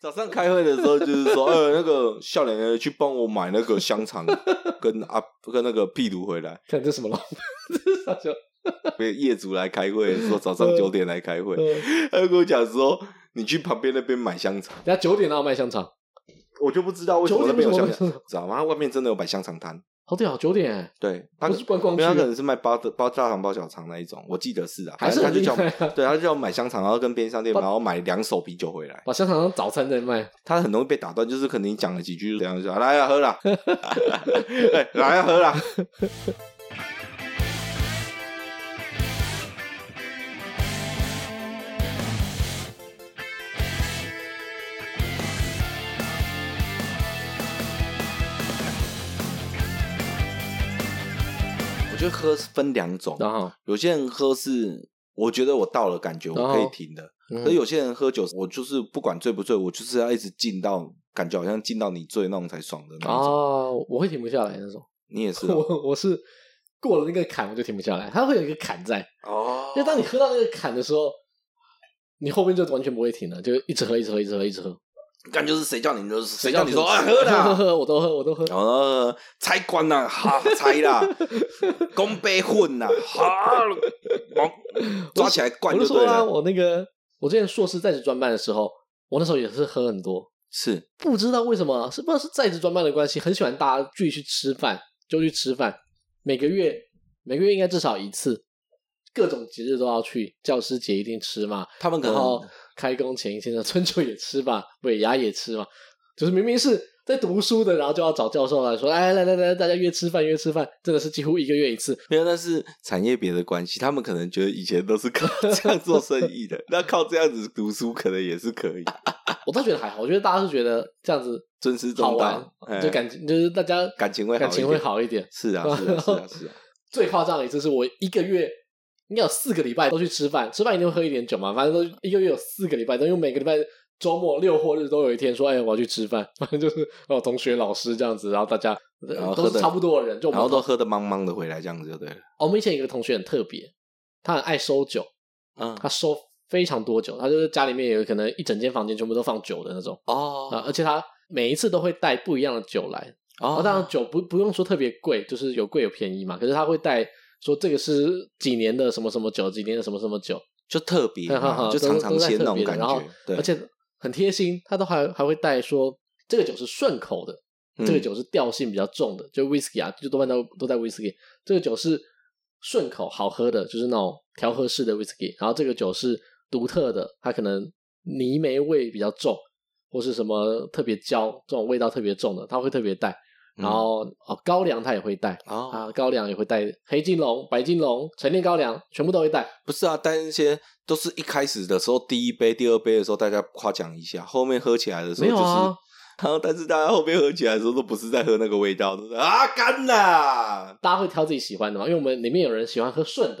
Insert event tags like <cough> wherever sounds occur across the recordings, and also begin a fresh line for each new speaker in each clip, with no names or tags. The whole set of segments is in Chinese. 早上开会的时候就是说，呃，那个笑脸奶去帮我买那个香肠跟啊跟那个屁肚回
<laughs>
来，
看这什么龙，这是啥笑？
被业主来开会，
<laughs>
说早上九点来开会，
呃人
他就跟我讲说你去旁边那边买香肠，
家九点哪有卖香肠？
我就不知道为什么那边有
九点
香
为什么
肠，知道吗？外面真的有摆香肠摊，
<laughs> 好屌，九点欸
对，他
不
可
是观光
没
区
有，他可能是卖包的包大肠包小肠那一种，我记得是啊，
还是
反正
很厉
他就叫
害。啊！
对，他就叫我买香肠，然后跟便利商店，
把
然后买两手啤酒回来。
把香肠当早餐在卖，
他很容易被打断，就是可能你讲了几句就这样就说来啊喝啦， <laughs> 哎来啊喝啦。我觉得喝是分两种，
然后，
有些人喝是我觉得我到了感觉我可以
哦
停的，<laughs>
嗯
可是有些人喝酒，我就是不管醉不醉，我就是要一直进到感觉好像进到你醉那种才爽的那种。
哦，我会停不下来那种。
你也是哦
<laughs> 我我是过了那个坎我就停不下来，它会有一个坎在，
哦
因为当你喝到那个坎的时候，你后面就完全不会停了，就一直喝，一直喝，一直喝，一直喝。
感觉是谁叫你就是谁
只要
叫你说啊喝
喝喝
啦，
喝，我都喝，我都喝。
<laughs> 然后呃猜官啦，哈猜啦，公杯混啦，哈，
<laughs>
往抓起来灌
我就
就对
说啊，
了。
我那个我之前硕士在职专班的时候，我那时候也是喝很多，
是
不知道为什么，是不知道是在职专班的关系，很喜欢大家聚去吃饭，就去吃饭，每个月每个月应该至少一次，各种节日都要去，教师节一定吃嘛，
他们可
然
能
后开工前一天的春酒也吃吧，尾牙也吃嘛，就是明明是在读书的，然后就要找教授来说，哎来来来，大家约吃饭约吃饭，真的是几乎一个月一次，
没有，但是产业别的关系，他们可能觉得以前都是靠 <laughs> 这样做生意的，那靠这样子读书可能也是可
<laughs>
以，
<laughs> 我倒觉得还好，我觉得大家是觉得这样子
尊师
好
重
玩
道，哎，
就感情就是大家
感情会好一
感情会
点
好一点。
是啊
<laughs>
是啊是啊是啊。
最夸张的一次是我一个月应该有四个礼拜都去吃饭，吃饭一定会喝一点酒嘛，反正都一个月有四个礼拜，因为每个礼拜周末六或日都有一天说，哎，我要去吃饭， <laughs> 反正就是哦，同学、老师这样子，然后大家呃
然后喝
都
得
是差不多的人，就我
然
们
后都喝的茫茫的回来，这样子就对了。
哦我们以前有一个同学很特别，他很爱收酒，
嗯，
他收非常多酒，他就是家里面有可能一整间房间全部都放酒的那种啊、
哦，
而且他每一次都会带不一样的酒来，然呃哦后当然酒不不用说特别贵，就是有贵有便宜嘛。可是他会带说这个是几年的什么什么酒，几年的什么什么酒，
就特别
呵呵
嘛，
呵
就
都
尝尝
都在
鲜那
特
种
别的
感
然后
觉。对，
而且很贴心，他都还还会带说这个酒是顺口的，
嗯
这个酒是调性比较重的，就 whisky 啊，就多半都都在 whisky。这个酒是顺口好喝的，就是那种调和式的 whisky。然后这个酒是独特的，它可能泥煤味比较重，或是什么特别焦这种味道特别重的，他会特别带。
嗯
然后、哦，高粱他也会带。
哦，
啊，高粱也会带黑金龙、白金龙、陈年高粱，全部都会带。
不是啊，但一些都是一开始的时候，第一杯、第二杯的时候，大家夸奖一下，后面喝起来的时候
没有
就是
啊。
然后，但是大家后面喝起来的时候，都不是在喝那个味道，都是啊干啦，
大家会挑自己喜欢的嘛，因为我们里面有人喜欢喝顺的，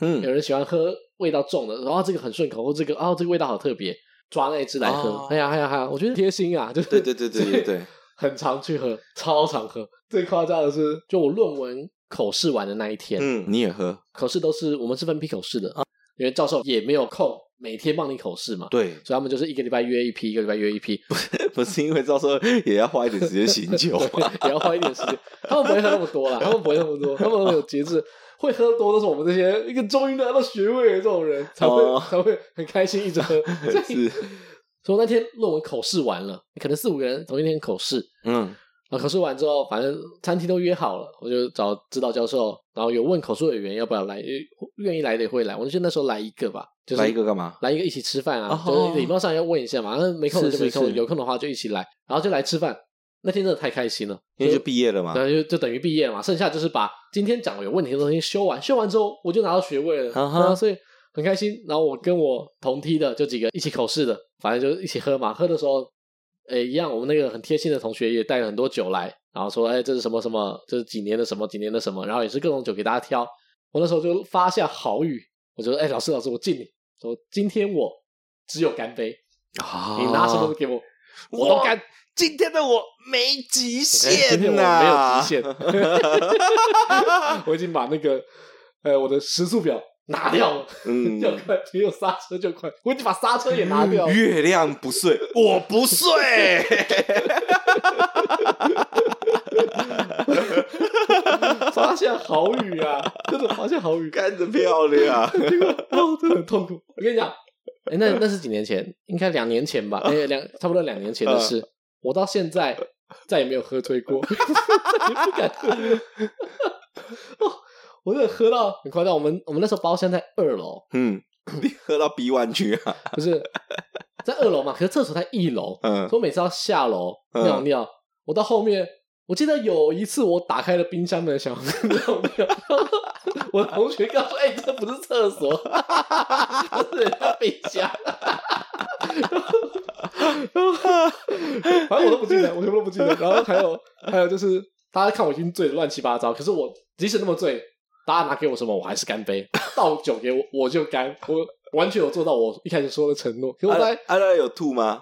有
嗯，
人喜欢喝味道重的，然、后这个很顺口，或这个哦这个味道好特别，抓那一支来喝。
哦
哎呀哎呀哎呀，我觉得贴心啊，就是
对对对对对
所以
对，
<laughs> 很常去喝，超常喝。最夸张的是，就我论文口试完的那一天，
嗯，哦你也喝，
口试都是我们是分批口试的，因为教授也没有空每天帮你口试嘛，
对，
所以他们就是一个礼拜约一批，一个礼拜约一批，
不是因为到时候也要花一点时间醒酒啊嘛，
对，也要花一点时间。他们不会喝那么多啦，他们不会那么多，他们有节制。会喝多都是我们这些一个终于拿到学位的这种人才会、
哦
才会很开心一
<laughs>
直喝。所以，
是，
所以我那天论文口试完了，可能四五个人同一天口试，
嗯，
然后口试完之后，反正餐厅都约好了，我就找指导教授，然后有问口试委员要不要来，因为愿意来的也会来。我就那时候来一个吧，就是
来一个干嘛？
来一个一起吃饭啊，
哦
就是礼貌上要问一下嘛，那没空的就是没
是
空，
是
有空的话就一起来，然后就来吃饭。那天真的太开心了，
因为就毕业了嘛，
然后就就等于毕业嘛，剩下就是把今天讲有问题的东西修完，修完之后我就拿到学位了，
啊哈
然后所以很开心。然后我跟我同梯的就几个一起口试的，反正就一起喝嘛。喝的时候，诶，一样，我们那个很贴心的同学也带了很多酒来，然后说，哎，这是什么什么，这是几年的什么，几年的什么，然后也是各种酒给大家挑。我那时候就发下豪语，我就说，哎，老师老师，我 <laughs> 敬你，说今天我只有干杯， <laughs> 你拿什么
哦
都给我，我都干。
今天的我没极
今天
限
我
呐、，
没有极限我已经把那个呃我的时速表拿掉了，
嗯，
<laughs> 就快没有刹车就快，我就把刹车也拿掉了。
月亮不睡，我不睡。
发现好雨啊，真的发现好雨，
<laughs> 干得漂亮！
结果哦，真的很痛苦。我跟你讲，哎，那那是几年前，应该两年前吧，哎，两差不多两年前的事。我到现 <laughs> 在再也没有喝醉 <laughs> 过，也不敢喝。哦，我真的喝到很夸张。我们我们那时候包厢在二楼，
嗯，你 <laughs> 喝到 B 湾去啊？
不是在二楼嘛？可是厕所在一楼，
嗯
所以我每次要下楼
嗯
尿尿，我到后面，我记得有一次我打开了冰箱门想要尿尿， <laughs> 我同学告诉我：“哎、这不是厕所，这是人家冰箱。” <laughs> 反正我都不记得，我全部都不记得。然后还有还有就是，大家看我已经醉的乱七八糟，可是我即使那么醉，大家拿给我什么我还是干杯，倒酒给我我就干，我完全有做到我一开始说的承诺。可是我
阿
在
阿啊拉有吐吗？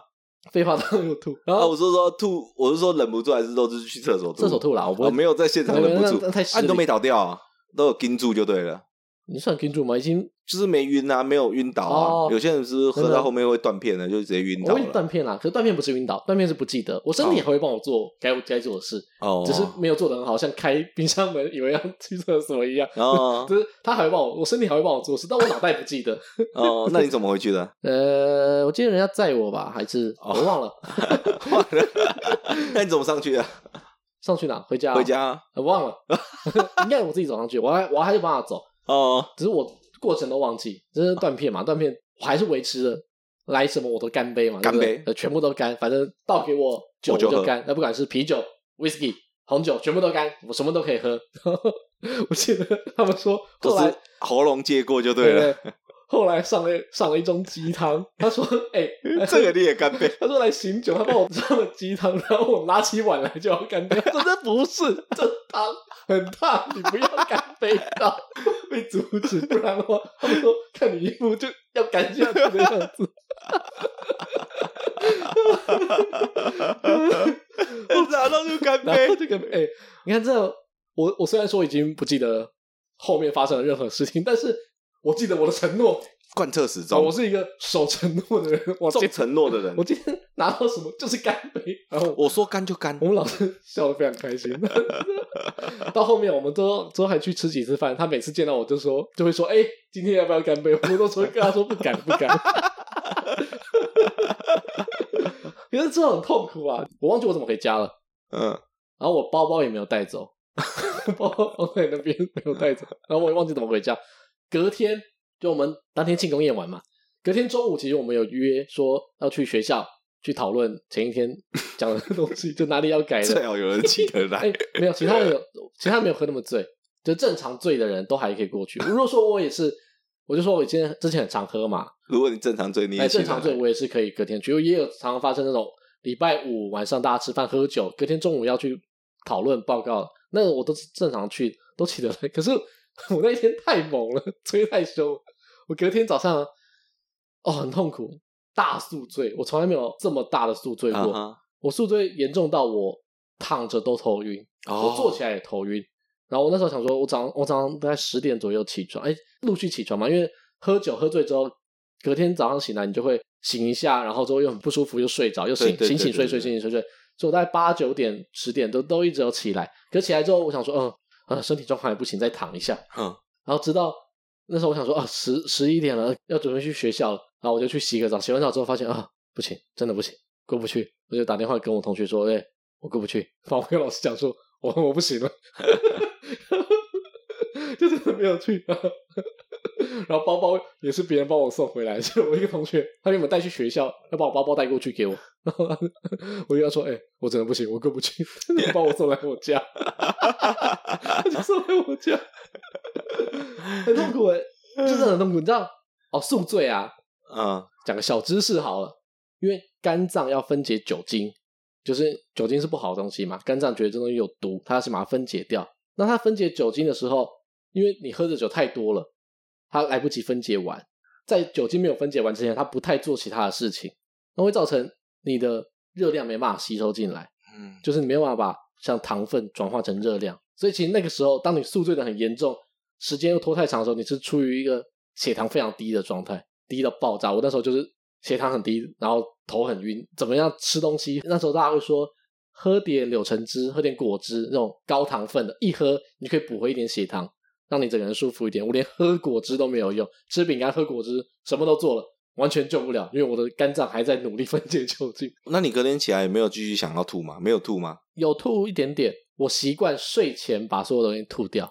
废话当中有吐，然
啊，
后
我是说吐，我是说忍不住，还是都是去厕所吐？
哦厕所吐了，我不
啊，
会
没有在现场忍不
那
住
那太，失
啊，
礼
你都没倒掉啊，都有盯住就对了，
你算跟住吗？已经
就是没晕啊，没有晕倒
哦
啊。有些人是喝
真的
到后面会断片的，就直接晕倒
我已经
了。
断片了，可是断片不是晕倒，断片是不记得，我身体还会帮我做该该做的事，
哦，
只是没有做的很好，像开冰箱门以为要去厕所一样。
哦
就是他还会帮我，我身体还会帮我做事，但我脑袋不记得。 <laughs>
哦，那你怎么回去的？
呃，我记得人家载我吧，还是、
哦
我忘了 <laughs>
那你怎么上去的？
上去哪？回家、
回、家啊 <laughs>
呃？忘了， <laughs> 应该我自己走上去，我还我还是帮他走，
哦，
只是我过程都忘记，这是断片嘛，断片我还是维持了。来什么我都干杯嘛，对不对
干杯
呃，全部都干，反正倒给我酒
我就喝
就干，那不管是啤酒、whisky、红酒，全部都干，我什么都可以喝。 <laughs> 然后我记得他们说，
都
后来
是喉咙借过就对啊了。
对后来上了上了一盅鸡汤，他说：“哎、
<laughs> 这个你也干
<laughs>
杯？
他说来醒酒，他帮我上了鸡汤，然后我拿起碗来就要干杯。他 <laughs> 说这不是，这汤很烫，你不要干杯到。被阻止，不然的话，他们说看你一副就要干下去的样子。
然后就干
然
杯。
后这个哎、你看这我我虽然说已经不记得后面发生了任何事情，但是我记得我的承诺，
贯彻始
我
终，
是一个守承诺的人。我今
重承诺的人
我。今天拿到什么就是干杯，然后
我说干就干
我，们老师 <laughs> 笑得非常开心。到后面我们都都还去吃几次饭，他每次见到我就说就会说：“哎、今天要不要干杯？”我都说跟他说不敢不敢。 <laughs> 可是这很痛苦啊！我忘记我怎么回家了，
嗯，
然后我包包也没有带走， <laughs> 包包放在那边没有带走，然后我也忘记怎么回家。隔天就我们当天庆功宴完嘛，隔天中午其实我们有约说要去学校去讨论前一天 <laughs> 讲的东西，就哪里要改的。
最好有人记得来
<laughs> 哎、。没有，其他人有，其他没有喝那么醉，就正常醉的人都还可以过去。如果说我也是，我就说我今天之前很常喝嘛，
如果你正常醉，你
哎，
也记
正
得
常醉
来。
我也是可以隔天去，因为也有常常发生那种礼拜五晚上大家吃饭喝酒，隔天中午要去讨论报告，那我都是正常去，都起得来。 <laughs> 可是我那一天太猛了，吹太凶了，我隔天早上哦很痛苦，大宿醉，我从来没有这么大的宿醉过。
啊
我宿醉严重到我躺着都头晕，
哦
我坐起来也头晕。然后我那时候想说，我早上我早上大概十点左右起床，哎，陆续起床嘛，因为喝酒喝醉之后，隔天早上醒来你就会醒一下，然后之后又很不舒服，又睡着，又醒
对对对
醒醒睡
对
睡
对
醒醒睡睡。所以我大概八九点十点都都一直有起来，可起来之后我想说，嗯，呃，身体状况也不行，再躺一下。
哈，
然后直到那时候我想说啊，十十一点了，要准备去学校了，然后我就去洗个澡，洗完澡之后发现啊，不行，真的不行，过不去，我就打电话跟我同学说，哎、我过不去，然后我跟老师讲说，我我不行了， <laughs> 就真的没有去。啊 <laughs> 然后包包也是别人帮我送回来，是我一个同学，他原本带去学校，要把我包包带过去给我， <laughs> 然后他我就要说，哎、我真的不行，我过不去，你帮我送来我家，他就送来我家，很痛苦哎、就是很痛苦，你知道？哦，宿醉啊，
嗯
讲个小知识好了，因为肝脏要分解酒精，就是酒精是不好的东西嘛，肝脏觉得这东西有毒，它要先把它分解掉。那它分解酒精的时候，因为你喝的酒太多了，它来不及分解完，在酒精没有分解完之前，它不太做其他的事情，那会造成你的热量没办法吸收进来。
嗯，
就是你没有办法把像糖分转化成热量。所以其实那个时候，当你宿醉的很严重，时间又拖太长的时候，你是处于一个血糖非常低的状态，低到爆炸。我那时候就是血糖很低，然后头很晕，怎么样吃东西？那时候大家会说，喝点柳橙汁，喝点果汁，那种高糖分的，一喝你就可以补回一点血糖，让你整个人舒服一点。我连喝果汁都没有用，吃饼干、喝果汁，什么都做了，完全救不了，因为我的肝脏还在努力分解 <laughs> 酒精。
那你隔天起来有没有继续想要吐吗？没有吐吗？ <laughs>
有吐一点点，我习惯睡前把所有东西吐掉，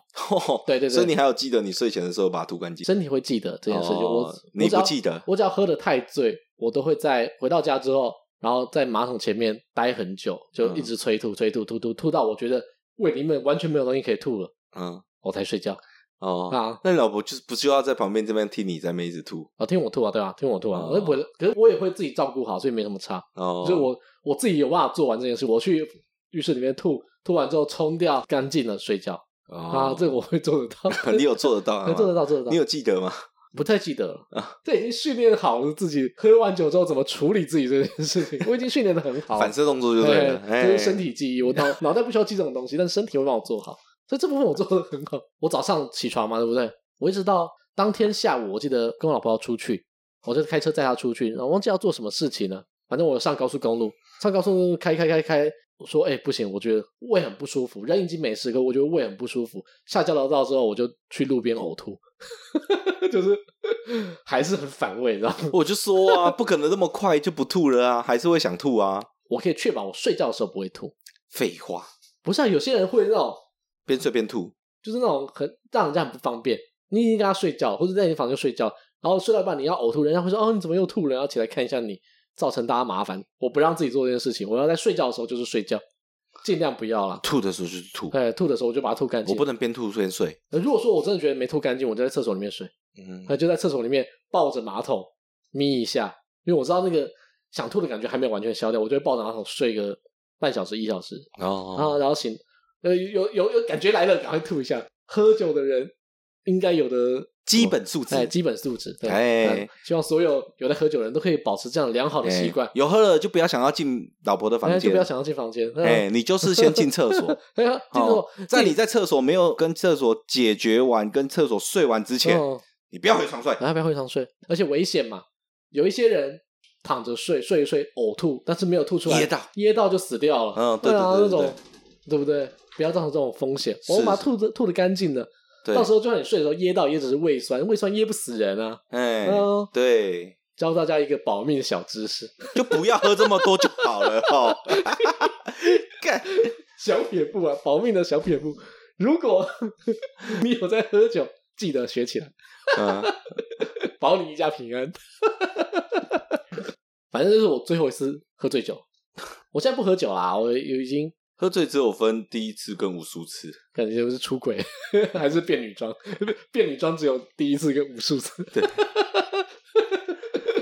对对对
所以你还有记得你睡前的时候把它吐干净？
身体会记得这件事情。
哦
我
你
我只要
不记得
我只要喝的太醉，我都会在回到家之后，然后在马桶前面待很久，就
嗯
一直催吐、催吐、吐吐吐到我觉得胃里面完全没有东西可以吐了，
嗯，
我才睡觉
哦，
啊。
那你老婆就是不就要在旁边这边听你在那边一直吐？
啊，听我吐啊，对吧、听我吐啊，
哦
我我可是我也会自己照顾好，所以没什么差。
哦，
所以我我自己有办法做完这件事，我去浴室里面吐，吐完之后冲掉干净了睡觉、啊，
哦，
这个我会做得到 <laughs>
你有做得到
对呃做得
到
到，做得到。
啊吗？你有啊记得吗？
不太记得了， <laughs> 这已经训练好了自己喝完酒之后怎么处理自己这件事情，我已经训练的很好，
反射动作就对了，
哎
哎，
这是身体记忆，我脑脑袋不需要记这种东西，但是身体会帮我做好，所以这部分我做的很好。我早上起床嘛，对不对？我一直到当天下午，我记得跟我老婆要出去，我就开车载她出去，然后忘记要做什么事情了。反正我上高速公路，上高速公路开开开开，我说哎、不行，我觉得胃很不舒服，人已经没事，可我觉得胃很不舒服。下交流道之后，我就去路边呕吐， <laughs> 就是还是很反胃，然后
我就说啊， <laughs> 不可能那么快就不吐了啊，还是会想吐啊。
我可以确保我睡觉的时候不会吐。
废话，
不是、啊、有些人会那种
边睡边吐，
就是那种很让人家很不方便。你已经跟他睡觉，或者在你房间睡觉，然后睡到一半你要呕吐，人家会说：“哦，你怎么又吐了？”然后起来看一下你，造成大家麻烦。我不让自己做这件事情，我要在睡觉的时候就是睡觉，尽量不要啦。
吐的时候就是吐，
哎，吐的时候我就把它吐干净。
我不能边吐边睡。
呃如果说我真的觉得没吐干净，我就在厕所里面睡，
嗯，
那就在厕所里面抱着马桶眯一下，因为我知道那个想吐的感觉还没有完全消掉，我就会抱着马桶睡个半小时一小时，然
哦，
后然后醒，呃，有有有感觉来了，赶快吐一下。喝酒的人应该有的
基本素质
哎，基本素质，对，
哎
嗯希望所有有在喝酒的人都可以保持这样良好的习惯
哎，有喝了就不要想要进老婆的
哎，
房
就
间
不要，想要进房间，嗯
哎，，你就是先进厕所。
哎呀， <laughs> 进入
哦在你在厕所没有跟厕所解决完、跟厕所睡完之前，
哦，
你不要回床睡。
然后不要会上睡，而且危险嘛，有一些人。躺着睡，睡一睡，呕吐，但是没有吐出来，
噎到
噎到就死掉了。
嗯对
啊，
对对
那
对
种，对不对？不要造成这种风险。
是
我们把它吐的吐的干净的，
对，
到时候就算你睡的时候噎到，也只是胃酸，胃酸噎不死人啊。
哎，
嗯
对，
教大家一个保命小知识，
就不要喝这么多就好了哦。 <laughs> 干，
小撇步啊，保命的小撇步。如果 <laughs> 你有在喝酒，记得学起来，
嗯，
保你一家平安。 <laughs> 反正这是我最后一次喝醉酒，我现在不喝酒啦，我已经
喝醉只有分第一次跟无数次，
感觉就是出轨， <laughs> 还是变女装，变女装只有第一次跟无数次，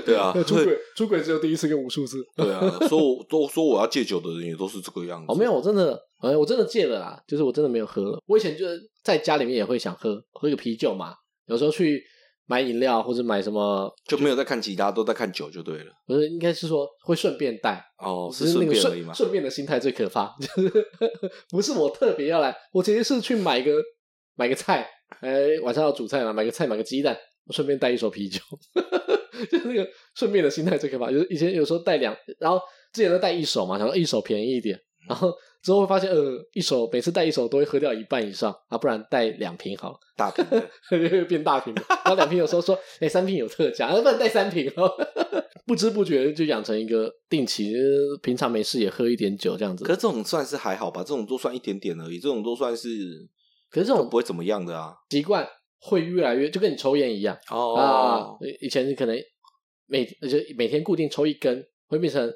对啊，
出
所以
<laughs> 轨出轨只有第一次跟无数次。
对啊，说我都说我要戒酒的人也都是这个样子。
哦，没有，我真的，哎，我真的戒了啦，就是我真的没有喝了。我以前就是在家里面也会想喝，喝个啤酒嘛，有时候去买饮料或者买什么，
就没有在看其他，都在看酒就对了。
不是应该是说会顺便带，
哦，
只
是
那
顺
个
便而已
顺
嘛。
顺便的心态最可怕， <laughs> 就是不是我特别要来，我其实是去买个买个菜，哎，晚上要煮菜嘛，买个菜买个鸡蛋，我顺便带一手啤酒， <laughs> 就是那个顺便的心态最可怕。就是以前有时候带两，然后之前都带一手嘛，想说一手便宜
嗯
一点，然后之后会发现，呃，一手每次带一手都会喝掉一半以上啊，不然带两瓶好了。
大瓶
<laughs>
的，
又变大瓶了，然后两瓶有时候说，哎、三瓶有特价，那不能带三瓶哦。 <laughs> 不知不觉就养成一个定期，呃平常没事也喝一点酒这样子。
可是这种算是还好吧，这种都算一点点而已，这种都算是
可是这种
不会怎么样的啊。
习惯会越来越，就跟你抽烟一样、
哦
啊，。以前你可能每呃就每天固定抽一根，会变成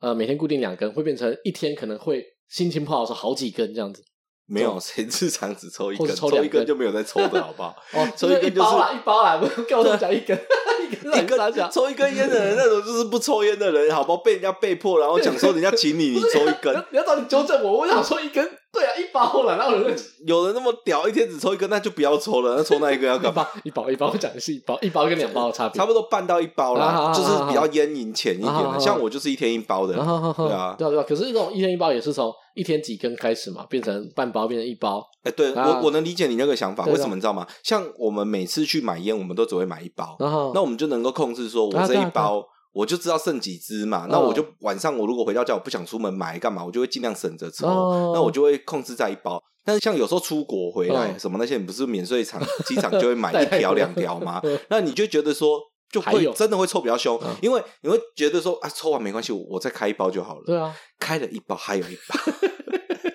呃每天固定两根，会变成一天可能会心情不好的时候好几根这样子。
没有，谁日常只抽一
或
根，
是抽
抽
两根
一根就没有再抽的好不好？
哦，
抽一根
一
就是
包啦，一包啦，不是跟我讲一根，一根让
一
你傻笑
根抽一根烟的人，那种就是不抽烟的人，好不好？被人家被迫，然后讲说人家请你，你抽一
你要 <laughs>
根。
你要找你纠正我，我想说一根，对啊，一包了，然后人家
有人那么屌，一天只抽一根，那就不要抽了，那抽那一根要
一
干嘛？
包一包一包，我讲的是一包，一包跟两包的差别。
差不多半到一包
啊
啦，就
好好
是比较烟瘾浅一点
好好好
的。像我就是一天一包的，
然后
对啊
对啊对啊，可是这种一天一包也是从一天几根开始嘛，变成半包变成一包，
哎，对
啊
我我能理解你那个想法，
对啊
为
的
什么你知道吗？像我们每次去买烟，我们都只会买一包，
然后
那我们就能够控制说，
哦啊
我这
对啊哦
一包我就知道剩几支嘛，那我就晚上我如果回到家我不想出门买干嘛，我就会尽量省着抽，
哦
那我就会控制在一包。但是像有时候出国回来
嗯
什么那些，你不是免税场机场就会买
带
一
太
条
多
两条
<laughs>
吗
嗯？
那你就觉得说。就
还
会
有
真的会抽比较凶
嗯，
因为你会觉得说啊，抽完没关系，我我再开一包就好了。 <laughs>
对啊，
开了一包，还有一包，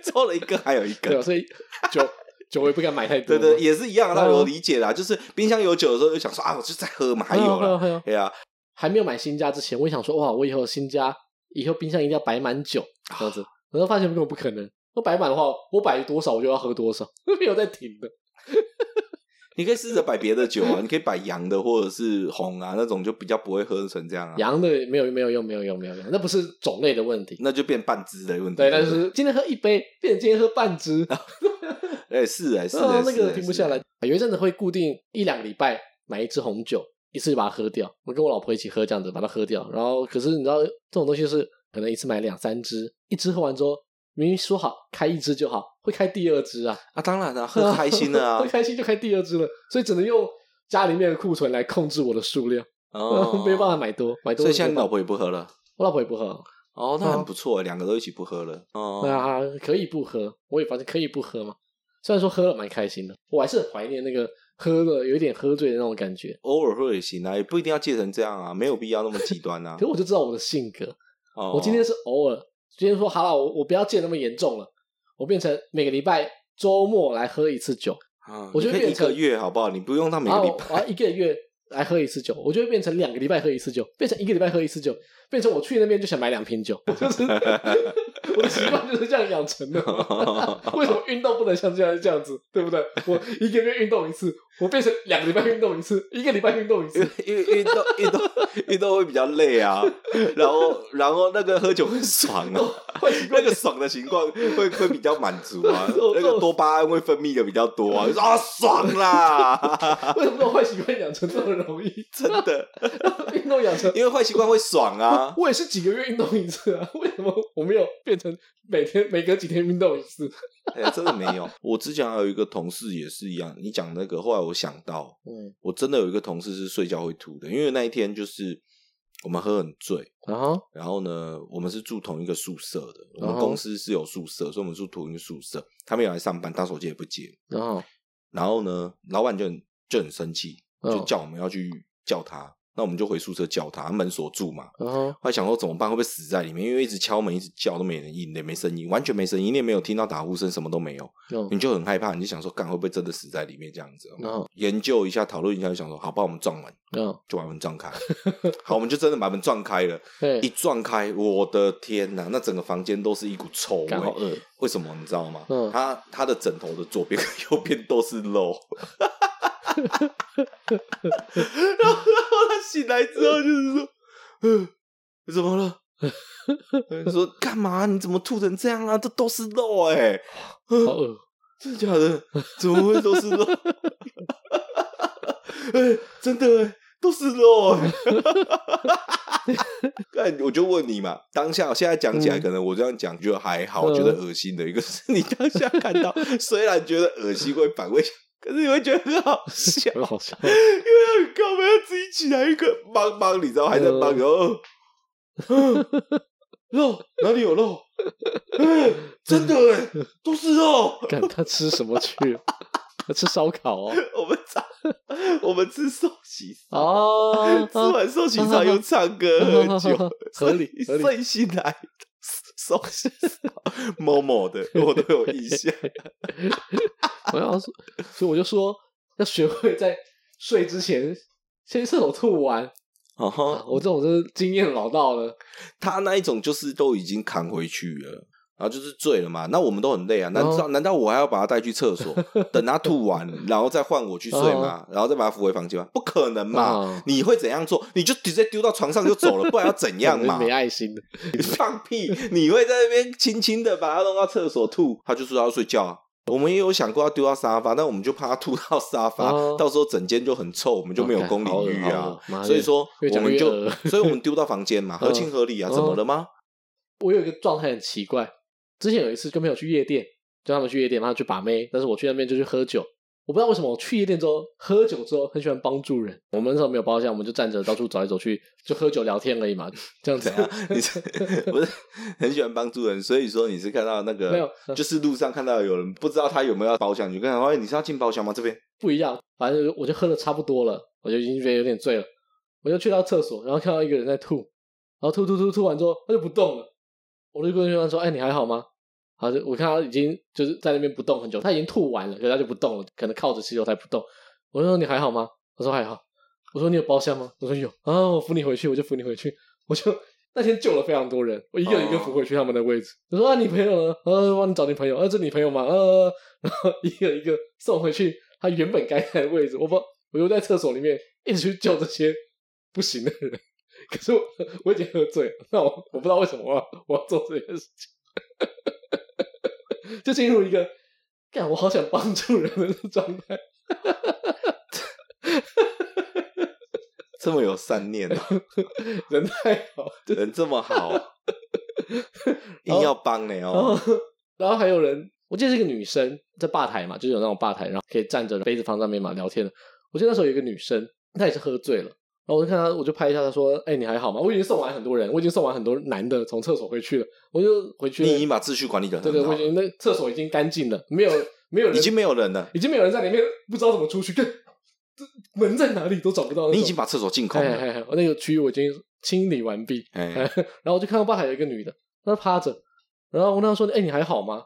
<laughs> 抽了一根，还有一
对啊，
根。
所以酒酒我也不敢买太
对
多嘛，
对，也是一样啊，那
哦
我理解啦。就是冰箱有酒的时候，就想说啊，我就再喝嘛，还有
还有
啦，
还有，
对啊，
嗯还没有买新家之前，我也想说哇，我以后新家以后冰箱一定要摆满酒这
啊
样子，然后发现根本不可能。我摆满的话，我摆多少我就要喝多少， <laughs> 没有在停的。
你可以试着摆别的酒啊，你可以摆洋的或者是红啊，那种就比较不会喝成这样啊，
洋的没有没有用，没有用，没有用，那不是种类的问题。
那就变半支的问题。
对，但是 <laughs> 今天喝一杯，变成今天喝半支，
哎，是哦哎，是
啊
哎，
那
是
个
哎
停不下。
是哎
来。有一阵子会固定一两个礼拜买一支红酒，一次就把它喝掉。我跟我老婆一起喝，这样子把它喝掉。然后可是你知道这种东西就是可能一次买两三支，一支喝完之后，明明说好开一支就好，会开第二支啊，
啊，当然啦，
<laughs>
喝开心了啊
会，开心就开第二支了，所以只能用家里面的库存来控制我的数量，
哦
<laughs> 没有办法。买多，买多
所
了
以现在
没
你
办
老
法
婆也不喝了。
我老婆也不喝，
哦，那
哦
很不错，两个都一起不喝了。哦，
那、啊、可以不喝，我也发现可以不喝嘛。虽然说喝了蛮开心的，我还是很怀念那个喝了有一点喝醉的那种感觉。
偶尔喝也行啊，也不一定要戒成这样啊，没有必要那么极端啊
可。是 <laughs> 我就知道我的性格，
哦，
我今天是偶尔，今天说好了，我我不要戒那么严重了，我变成每个礼拜周末来喝一次酒，
啊
我
你
就
可以
变
一个
成
月好不好？你不用到每
然
个
后
礼
我
拜。
然后哦一个月来喝一次酒，我就会变成两个礼拜喝一次酒，变成一个礼拜喝一次酒，变成我去那边就想买两瓶 <laughs> 酒，就是我的习惯就是这样养成 <laughs> 的。为什么运动不能像这样这样子，对不对？我一个月运动一次，我变成两个礼拜运动一次，一个礼拜运动一次， <laughs>
因为运动运动运动会比较累啊，然后然后那个喝酒很爽
<laughs>
啊，
坏习
那
惯
个爽的情况会会比较满足啊
<laughs> 我，
那个多巴胺会分泌的比较多啊，就说啊爽啦， <laughs>
为什么这种坏习惯养成这么容易？
真的，
<laughs> 运动养成。
因为坏习惯会爽啊，
我也是几个月运动一次啊，为什么我没有变成每天每隔几天运动一次？
哎、真的没有。我之前还有一个同事也是一样，你讲那个，后来我想到，
嗯，
我真的有一个同事是睡觉会吐的，因为那一天就是我们喝很醉，
然后
然后呢，我们是住同一个宿舍的，我
然
们
后
公司是有宿舍，所以我们住同一个宿舍。他没有来上班，打手机也不接。
然后
然后呢，老板就很就很生气，
嗯
就叫我们要去叫他。那我们就回宿舍叫他，门锁住嘛。
然后
后来想说怎么办，会不会死在里面？因为一直敲门，一直叫都没人应，也没声音，完全没声音，你也没有听到打呼声，什么都没有，你就很害怕，你就想说干会不会真的死在里面这样子？
然后
研究一下，讨论一下，就想说好吧，我们撞门，
然后
就把门撞开。
<laughs>
好，我们就真的把门撞开了。
对
一，撞开，我的天呐，那整个房间都是一股臭味
干。好饿，
为什么你知道吗？
嗯
他他的枕头的左边跟右边都是肉。 <laughs> 然后然后他醒来之后就是说，嗯，怎么
<laughs>
了？说干嘛？你怎么吐成这样啊？这都是肉哎、
好饿，
真的假的？怎么会都是肉？ <laughs> 哎、真的、欸、都是肉、
<laughs>
欸。看，我就问你嘛，当下现在讲起来，
嗯
可能我这样讲就还好，
嗯
觉得恶心的一个是你当下看
<laughs>
到，虽然觉得恶心会反胃，可是你会觉得很好笑，
很好 <laughs> 笑。
因为很高，我要自己起来一个帮帮，你知道还在帮，
嗯
然后、嗯肉哪里有肉？嗯真的哎、都是肉。
看他吃什么去？ <laughs> 他吃烧烤哦。
我们唱，我们吃寿喜烧，
哦，
吃完寿喜烧
嗯
又唱歌喝酒，
合理合理
剩下来寿喜烧， <laughs> 某某的我都有印
<laughs>
象。
<laughs> 我要说，所以我就说要学会在睡之前先厕所吐完。
然
啊
后
我这种就是经验老道了，
哦他那一种就是都已经扛回去了。然后就是醉了嘛，那我们都很累啊，难道、
哦
难道我还要把他带去厕所，等他吐完，然后再换我
嗯
去睡嘛，然后再把他扶回房间吗？不可能嘛！
哦
你会怎样做？你就直接丢到床上就走了，不然要怎样嘛？
<laughs> 没爱心的。
放屁！你会在那边轻轻的把他弄到厕所吐，他就说他要睡觉啊。我们也有想过要丢到沙发，但我们就怕他吐到沙发，
哦
到时候整间就很臭，我们就没有公领域
好
啊
恶好恶妈。的
所以说，
越
我
讲
们
越
就
恶
所以我们丢到房间嘛，合情合理啊，
嗯
怎么了吗？ <laughs>
我有一个状态很奇怪，之前有一次跟朋友去夜店，就他们去夜店，他们去把妹，但是我去那边就去喝酒。我不知道为什么我去夜店之后喝酒之后很喜欢帮助人。我们那时候没有包厢，我们就站着到处走来走去，就喝酒聊天而已嘛，这样子啊
怎。样？你是不是很喜欢帮助人？所以说你是看到那
没
个，
有
啊
呃
就是路上看到有人不知道他有没有要包厢，你就跟他说：“哎，你是要进包厢吗？”这边
不一样，反正我就喝的差不多了，我就已经觉得有点醉了，我就去到厕所，然后看到一个人在吐，然后吐吐吐吐完之后他就不动了，我就跟他说：“哎、你还好吗？”他就我看他已经就是在那边不动很久，他已经吐完了，可是他就不动了，可能靠着气球才不动。我就说：“你还好吗？”他说：“还好。”我说：“你有包厢吗？”我说：“有。”啊，我扶你回去，我就扶你回去，我就。那天救了非常多人，我一个一个扶回去他们的位置。我说啊，你朋友呢？呃，帮你找你朋友。呃，这你朋友吗？呃， <laughs> 然后一个一个送回去他原本该在的位置。我不，我又在厕所里面一直去救这些不行的人，可是我我已经喝醉了，那我我不知道为什么我要我要做这件事情， <laughs> 就进入一个干我好想帮助人的状态。
这么有善念哦，
人太好， <laughs>
人这么好，
哦
硬要帮你
然后
哦。
然后还有人，我记得是一个女生在吧台嘛，就是有那种吧台，然后可以站着杯子放上面嘛聊天的。我记得那时候有一个女生，她也是喝醉了，然后我就看她，我就拍一下她说：“哎、你还好吗？”我已经送完很多人，我已经送完很多男的从厕所回去了，我就回去
你
了
已经把秩序管理的
对对，
很
我
好
已，经那厕所已经干净了，
<laughs>
没有没有人，
已经没有人了，
已经没有人在里面，不知道怎么出去，跟这门在哪里都找不到那种。
你已经把厕所净空
哎
了。
哎哎，我那个区域我已经清理完毕，
哎，
然后我就看到吧台有一个女的，她趴着，然后我跟她说：“哎、你还好吗？”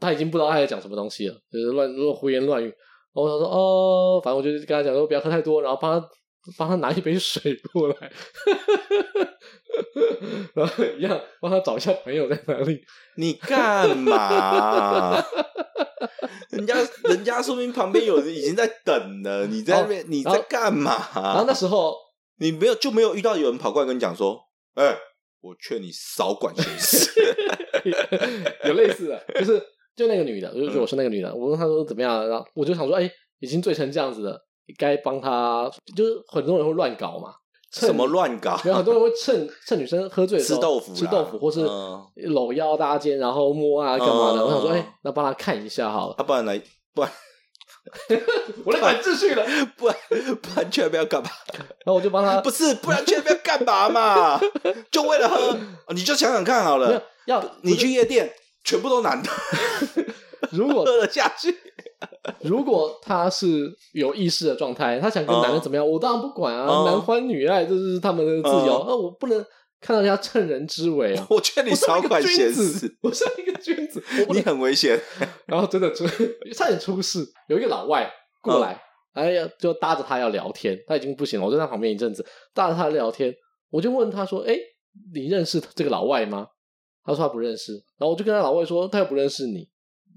她已经不知道她在讲什么东西了，就是乱乱胡言乱语。然后我想说：“哦，反正我就跟她讲说不要喝太多，然后帮她帮她拿一杯水过来， <laughs> 然后一样帮她找一下朋友在哪里。
你干
<laughs>
嘛？人家人家说明旁边有人已经在等了，你在那边你
哦然后
在干嘛？
然后那时候 <laughs>
你没有就没有遇到有人跑过来跟你讲说，哎、我劝你少管闲事。
<laughs> 有类似的，就是就那个女的，我就觉得我是那个女的，我问她说怎么样，然后我就想说，哎、已经醉成这样子了，该帮她，就是很多人会乱搞嘛，趁
什么乱搞？
然后很多人会趁趁女生喝醉的时候
吃豆腐啦
吃豆腐，或是
嗯
搂腰搭肩，然后摸啊干嘛的。
嗯
我想说，哎、那帮她看一下好了。
啊，不然来，不然
<laughs> 我在管秩序了，然
不然不然劝不要干嘛？
后我就帮她
<laughs> 不是，不然劝不要干嘛嘛？就为了喝，哦你就想想看好
没有
了。
要
你去夜店，全部都男的，
如果
<laughs> 喝了下去。
如果他是有意识的状态，他想跟男人怎么样，我当然不管啊，
嗯
男欢女爱这是他们的自由，
嗯。
那、我不能看到人家趁人之危啊
我 <laughs> 劝你
我身为
少
一
管
个
闲
君子
事，，
我是一个君子，我不
你
能。
很危险。
然后真的出差点出事，有一个老外
嗯
过来，哎呀，就搭着他要聊天，他已经不行了，我就在他旁边一阵子，搭着他聊天，我就问他说：“哎，你认识这个老外吗？”他说他不认识，然后我就跟他老外说：“他又不认识你，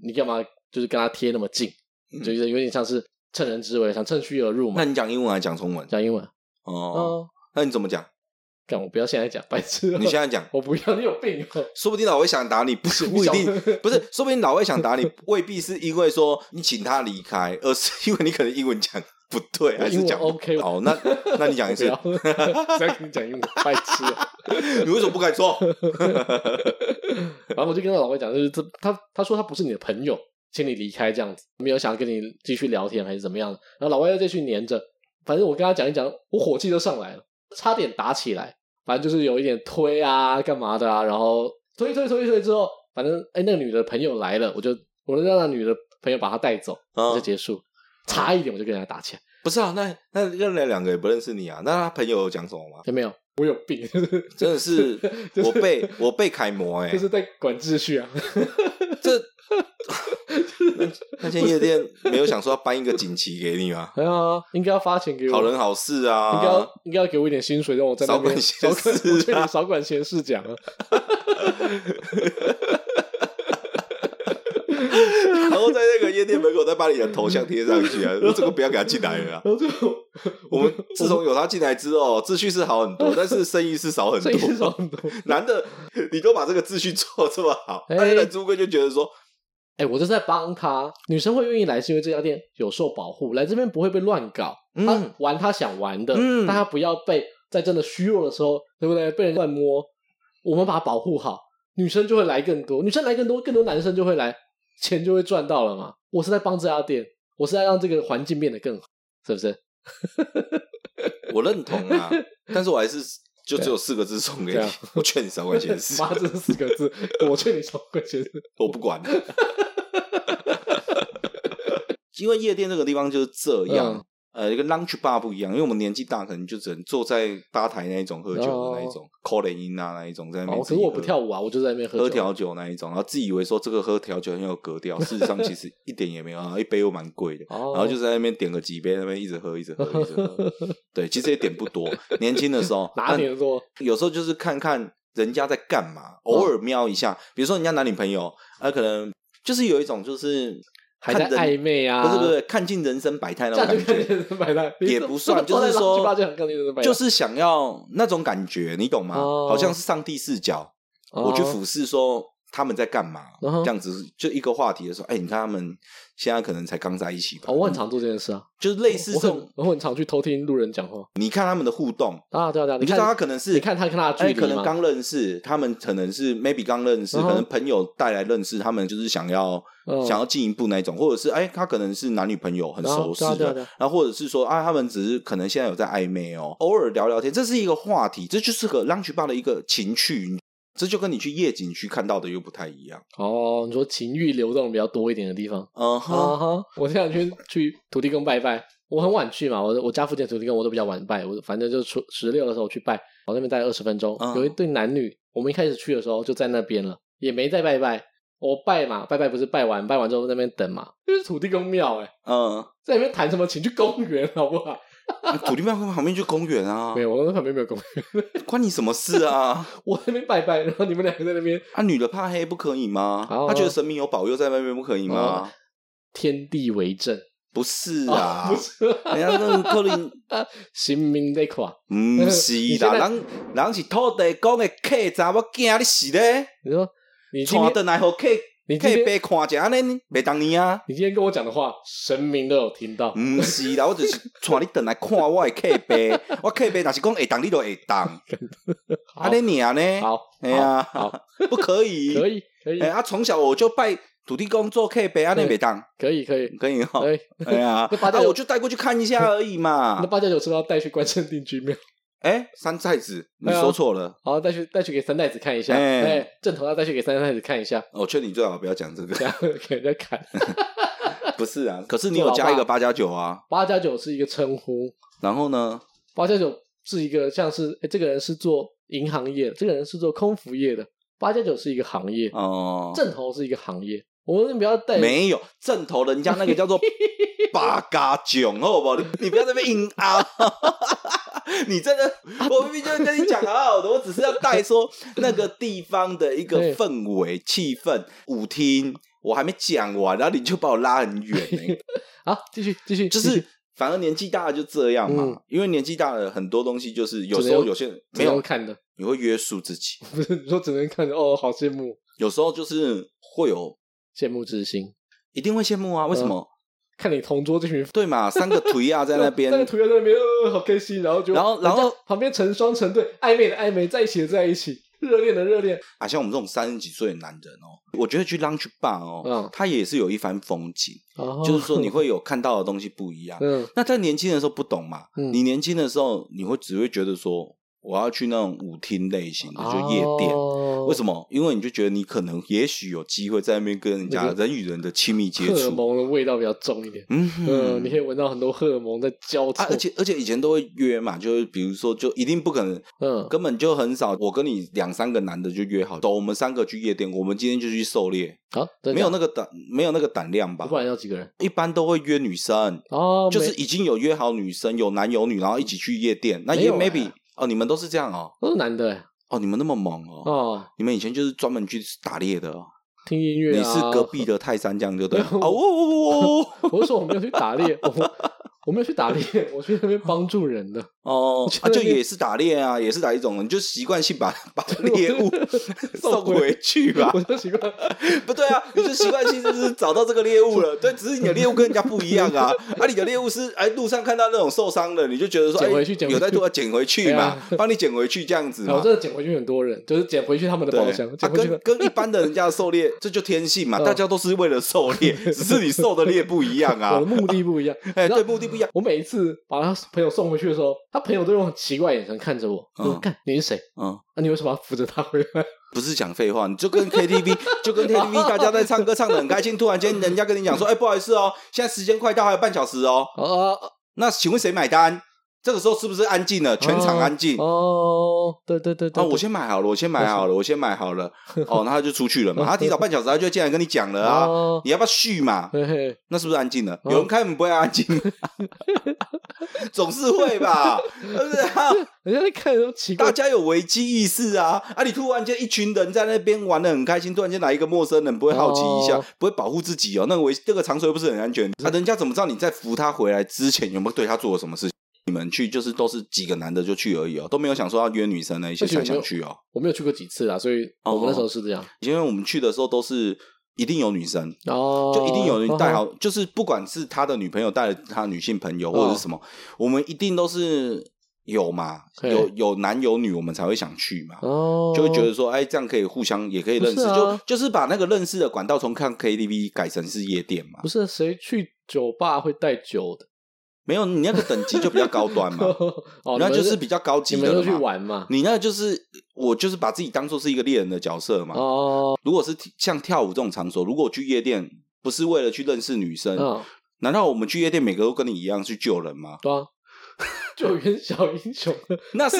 你干嘛就是跟他贴那么近？”
嗯
就是有点像是趁人之危，想趁虚而入嘛
那。你讲英文还是讲中文？
讲英文，
哦，
哦，
那你怎么讲？
干我不要现在讲，白痴哦！
你现在讲，
我不要，你有病哦！
说不定老魏想打你，不是不一
<laughs>
定，不是，说不定老魏想打你，未必是因为说你请他离开，而是因为你可能英文讲不对，
我
还
英
是
文
讲不
OK，
好，那那你讲一
不 <laughs>
次
要，，谁要跟你讲英文？白痴哦！
你为什么不敢
<laughs>
说？
然后我就跟他老外讲，就是这他他说他不是你的朋友，请你离开这样子，没有想要跟你继续聊天还是怎么样的。然后老外又继续黏着，反正我跟他讲一讲，我火气就上来了，差点打起来。反正就是有一点推啊，干嘛的啊，然后推推推推之后，反正哎、那个女的朋友来了，我就我就让那女的朋友把她带走，
嗯
就结束。差一点我就跟人家打起来，
不是啊，那那那那两个也不认识你啊，那他朋友有讲什么吗？
有没有？我有病， <laughs> 就是
真的是
<laughs> 就是
我被我被楷模哎、
就是在管秩序啊。 <laughs>
这那那间夜店没有想说要颁一个锦旗给你吗？
哎呀，应该要发钱给我。
好人好事啊，
应该要应该要给我一点薪水，让我在那边
少管闲事啊
我劝你少管闲事讲啊。
<laughs> 然后在那个夜店门口再把你的头像贴上去
<laughs>
啊，这个不要给他进来了啊。
然后最后
我们自从有他进来之后，秩序是好很
<laughs>
多，但是生意是少很
生意是
<laughs> 多。
少很多。
男的，你都把这个秩序做得这么好，
<laughs> 哎
那那个朱哥就觉得说，
哎、我这是在帮他。女生会愿意来，是因为这家店有受保护，来这边不会被乱搞。她
嗯，
玩她想玩的，
嗯
但她不要被在真的虚弱的时候，对不对？被人乱摸，我们把她保护好，女生就会来更多，女生来更多，更多男生就会来。钱就会赚到了嘛。我是在帮这家店，我是在让这个环境变得更好，是不是？
我认同
<laughs>
啊，但是我还是就只有四个字送给你
对啊，
我劝你少管闲事，
<laughs> 妈，这四个字，我劝你少管闲事。
我不管。 <laughs> 因为夜店这个地方就是这样，
嗯
呃，跟 lunch bar 不一样，因为我们年纪大，可能就只能坐在吧台那一种喝酒的那一种，扣雷音啊那一种，在那边、
哦，可是我不跳舞啊，我就在那边喝
喝
酒
调酒那一种，然后自以为说这个喝调酒很有格调，事实上其
<laughs>
实一点也没有啊，一杯又蛮贵的，
哦
然后就在那边点个几杯，那边一直喝，一直喝，一直
<laughs>
喝。对，其实也点不多，年轻的时候，
哪点说？
有时候就是看看人家在干
嗯
嘛，偶尔瞄一下，比如说人家男女朋友，啊，可能就是有一种就是
还
看
在
人
暧昧啊？
不是不是，看尽人生百态那
这
种
样
感
就看
觉，
健身摆烂，
<laughs> 也不算，
<laughs> 坐
就
在
是
lounge bar
说
就想看健身摆烂
就是想要那种感觉，你懂吗？
哦
好像是上帝视角，我去俯视说。他们在干嘛？
嗯哼
这样子就一个话题的时候，哎、你看他们现在可能才刚在一起吧？
哦，我很常做这件事啊，
就是类似
我
这
很
种，
我很常去偷听路人讲话
你看他们的互动，
啊，对啊对啊，
你就知道他可能是
你看他跟他的距
哎
离嘛
可能刚认识，他们可能是 maybe 刚认识，
嗯哼
可能朋友带来认识，他们就是想要、
嗯
想要进一步那一种，或者是哎，他可能是男女朋友很熟识
啊对啊
的，
对啊
然后或者是说啊，他们只是可能现在有在暧昧哦，偶尔聊聊天，这是一个话题，这就是个 lunch bar 的一个情趣，这就跟你去夜景区看到的又不太一样。
哦，你说情欲流动比较多一点的地方
嗯
<laughs> 啊
哼，
哈，我这两天去土地公拜拜，我很晚去嘛，我我家附近的土地公我都比较晚拜，我反正就初十六的时候去拜，我那边待了二十分钟
嗯，
有一对男女，我们一开始去的时候就在那边了，也没再拜拜。我拜嘛，拜拜不是拜完，拜完之后在那边等嘛，因为是土地公庙哎、
嗯，啊
在那边谈什么，请去公园好不好？
土地庙旁边就公园啊
<laughs> 没，有，我那旁边没有公园，
关你什么事啊？
我在那边拜拜，然后你们两个在那边
啊，女的怕黑不可以吗？
哦
她觉得神明有保佑在外面不可以吗？
天地为证
不是啊，
哦不是
人家那可能 <laughs>
啊， <laughs> 神明在垮。
唔嗯是
你现在
啦，人人是土地公的客，查某囝你是咧，
你说你今
带回
天
来互客
你
客
今天
白看者安尼，袂当你啊。
你今天跟我讲的话，神明都有听到。
唔是
<laughs>
啦，我就是带你回来看我的客白，我客白若是讲会哎当，你就会当。
好
安尼尔呢？
好，
哎呀 <laughs>
好，好，
不可以。
可。以，可以
哎，，啊，从小我就拜土地公做客白，安尼
对
袂当，
可以，可以，
可以哈。
可以。
哎呀，
<laughs> 那八
啊，
加九
我就带过去看一下而已
那
嘛。
八加九是不是要带去关圣帝君庙，
哎，三太子，你
哎呀
说错了。
然后带去带去给三太子看一下，
哎
哎，正头要带去给三太子看一下，
哦我劝你最好不要讲这
这
个。
样给人家看。
不是啊，可是你有加一个八加九啊。
八加九是一个称呼，
然后呢？
八加九是一个像是，哎，这个人是做银行业的，这个人是做空服业的，八加九是一个行业，
哦、
正头是一个行业。我们不要带
没有正头，人家那个叫 <laughs> 做八嘎囧，好不好？你你不要在那边硬啊！ <laughs> 你真的，我明明就跟你讲好好的，我只是要带说那个地方的一个
对
氛围、气氛、舞厅，我还没讲完，然后你就把我拉很 <laughs> 远、欸，
好，继续继续，
就
继
是
续。
反而年纪大了就这样嘛，
嗯
因为年纪大了，很多东西就是有
只
时候
能
有些人
只
没
能
有，
看的， <laughs>
你会约束自己，
不是你说只能看着哦，好羡慕，
有时候就是会有，
羡慕之心。
一定会羡慕啊，为
嗯
什么？
看你同桌这群
对嘛，三个腿啊在那
<laughs> 那个
边，
图案在那边，呃，好开心，然后就
然后然后
人家旁边成双成对，暧昧的暧昧，在一起的在一起，热恋的热恋，
啊，像我们这种三十几岁的男人哦，我觉得去 lunch bar 哦，
嗯
它也是有一番风景，
哦
就是说你会有看到的东西不一样。
<laughs> 嗯
那在年轻的时候不懂嘛，
嗯
你年轻的时候你会只会觉得说我要去那种舞厅类型的，就夜
哦
店。为什
么
么？因为你就觉得你可能也许有机会在那边跟人家
那个
人与人的亲密接
荷尔
触，
蒙的味道比较重一点？
嗯
嗯，
哼
你可以闻到很多荷尔蒙在交错
啊，，而且而且以前都会约嘛，就是比如说，就一定不可能
嗯，
根本就很少，我跟你两三个男的就约好，走，我们三个去夜店，我们今天就去狩猎，
好，真的
没有
假
那个胆，没有那个胆量
的
吧
不？然要几个人
一般都会约女生，
哦，
就是
没
已经有约好女生，有男有女，然后一起去夜店。那
没
也
有欸
maybe 哦，你们都是这样哦，
都是男的哎
哦，你们那么猛哦，
哦，
你们以前就是专门去打猎的哦，
听音乐
你
啊， <laughs>
是隔壁的泰山这样就对了
没有
哦哦哦哦哦，哦
我是说我没有去打猎，我我没有去打猎，我去那边帮助人
<laughs>
的。
哦，
去
啊，
那
就
边
也是打猎啊，也是打一种，你就习惯性把把猎物送
送回
回去吧
我。就习惯，
不对啊，你就习惯性就是找到这个猎物
<laughs>
了，对，只是你的猎物跟人家不一样啊。啊，你的猎物是哎路上看到那种受伤的，你就觉得说
捡
哎
回去捡回去
有
啊
在做捡回去嘛，帮你捡回去这样子
然后
嘛。
真的捡回去很多人，就是捡回去他们的
对，
包厢，
啊、
捡回去
跟
的。
跟一般的人家的狩猎， <laughs> 这就天性嘛，
嗯
大家都是为了狩
<laughs>
猎，只是你狩的猎不一样
我
啊
的。目的不一样，
哎，
你知道
对，目的不一样。
我每一次把他朋友送回去的时候，他朋友都用很奇怪的眼神看着我，
嗯
说：“干，你是谁？
嗯，
啊，你为什么要扶着他回来？ <laughs>
不是讲废话，你就跟 KTV 就跟 KTV 大家在唱歌唱的很开心，突然间人家跟你讲说，哎，不好意思哦，现在时间快到，还有半小时哦。
哦
那请问谁买单？这个时候是不是安静了？全场安静。
哦，对对对对，
哎啊，我先买好了，我先买好了，我先买好
<laughs>
了。哦，那他就出去了嘛，他提早半小时，他就进来跟你讲了啊。
啊，
你要不要续嘛？
嘿嘿，
那是不是安静了？
哦
有人开门不会安
<laughs>
静，总是会吧？是不是啊？
人家在看都奇怪
大，家有危机意识啊！啊，你突然间一群人在那边玩的很开心，突然间来一个陌生人，不会好奇一下，
哦嗯
不会保护自己哦？那个危那个场所又不是很安全啊！人家怎么知道你在扶他回来之前有没有对他做了什么事情？你们去就是都是几个男的就去而已哦，都没有想说要约女生那一些
而且有
才
没
想
有
去哦。
我没有去过几次啦，所以我们那时候是这样，
因为我们去的时候都是一定有女生，
哦，
就一定有人带
哦，
好，就是不管是他的女朋友带了他女性朋友
哦
或者是什么，我们一定都是有嘛，
嘿
有有男有女，我们才会想去嘛。
哦，
就会觉得说，哎，这样可以互相也可以认识，
不是啊
就就是把那个认识的管道从看 KTV 改成是夜店嘛
不。是谁去酒吧会带酒的，
没有，你那个等级就比较高端嘛，
<laughs> 哦，
那
你们
就是比较高级
你
的
们
了
都去
嘛。
玩嘛，
你那就是我就是把自己当做是一个猎人的角色嘛。
哦，
如果是像跳舞这种场所，如果我去夜店不是为了去认识女生，
嗯，
难道我们去夜店每个都跟你一样去救人
<laughs>
吗？
对啊，救援小英雄，
那是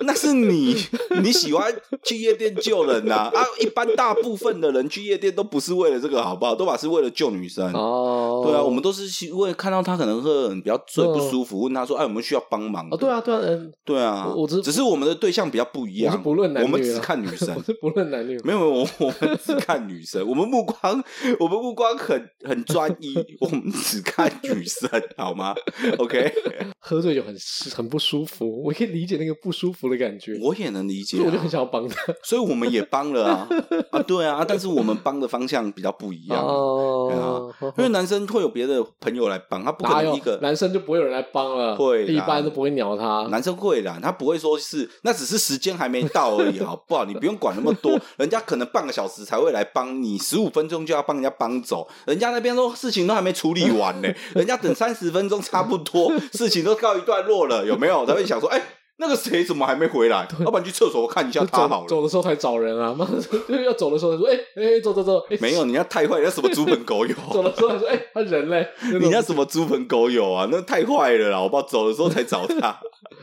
那是你你喜欢去夜店救人呐啊一般大部分的人去夜店都不是为了这个，好不好？都把是为了救女生。
哦，
对啊，我们都是希为看到她可能喝很比较醉
嗯
不舒服，问她说：“哎，我们需要帮忙。”
哦，对，啊，对啊，嗯，
对啊，
我我只
只是我们的对象比较不一
我
样，
是不论男女啊
我们只看女
我
生， <laughs>
是不论男女，
没有没有，我我们只看女生，我们目光我们目光很很专一，我们只看女生，好吗？OK， <laughs>
喝醉酒很很不舒服，我可以理解那个不舒服的感觉，
我也能理解、
所以我就很
啊，
想要帮他。
所以我们也帮了啊啊，对啊，啊但是我们帮的方向比较不一样啊。
哦，
因为男生会有别的朋友来帮，他不可
哪
能
有
一个
男生就不会有人来帮了，
会啦
一般都不会鸟他。
男生会啦，他不会说是那只是时间还没到而已，好不好？你不用管那么多，人家可能半个小时才会来帮你，十五分钟就要帮人家帮走，人家那边都事情都还没处理完呢，人家等三十分钟差不多，事情都告一段落了，有没有？他会想说，哎、那个谁怎么还没回来？要不然去厕所看一下
就
他
走
好了。
走的时候才找人啊，妈的，就是要走的时候才说，哎、哎、走走走，哎
没有，你那太坏，那什么猪朋狗友？
走的时候才说，哎、他人嘞，
你那什么猪朋狗友啊？那太坏了啦！我爸走的时候才找他，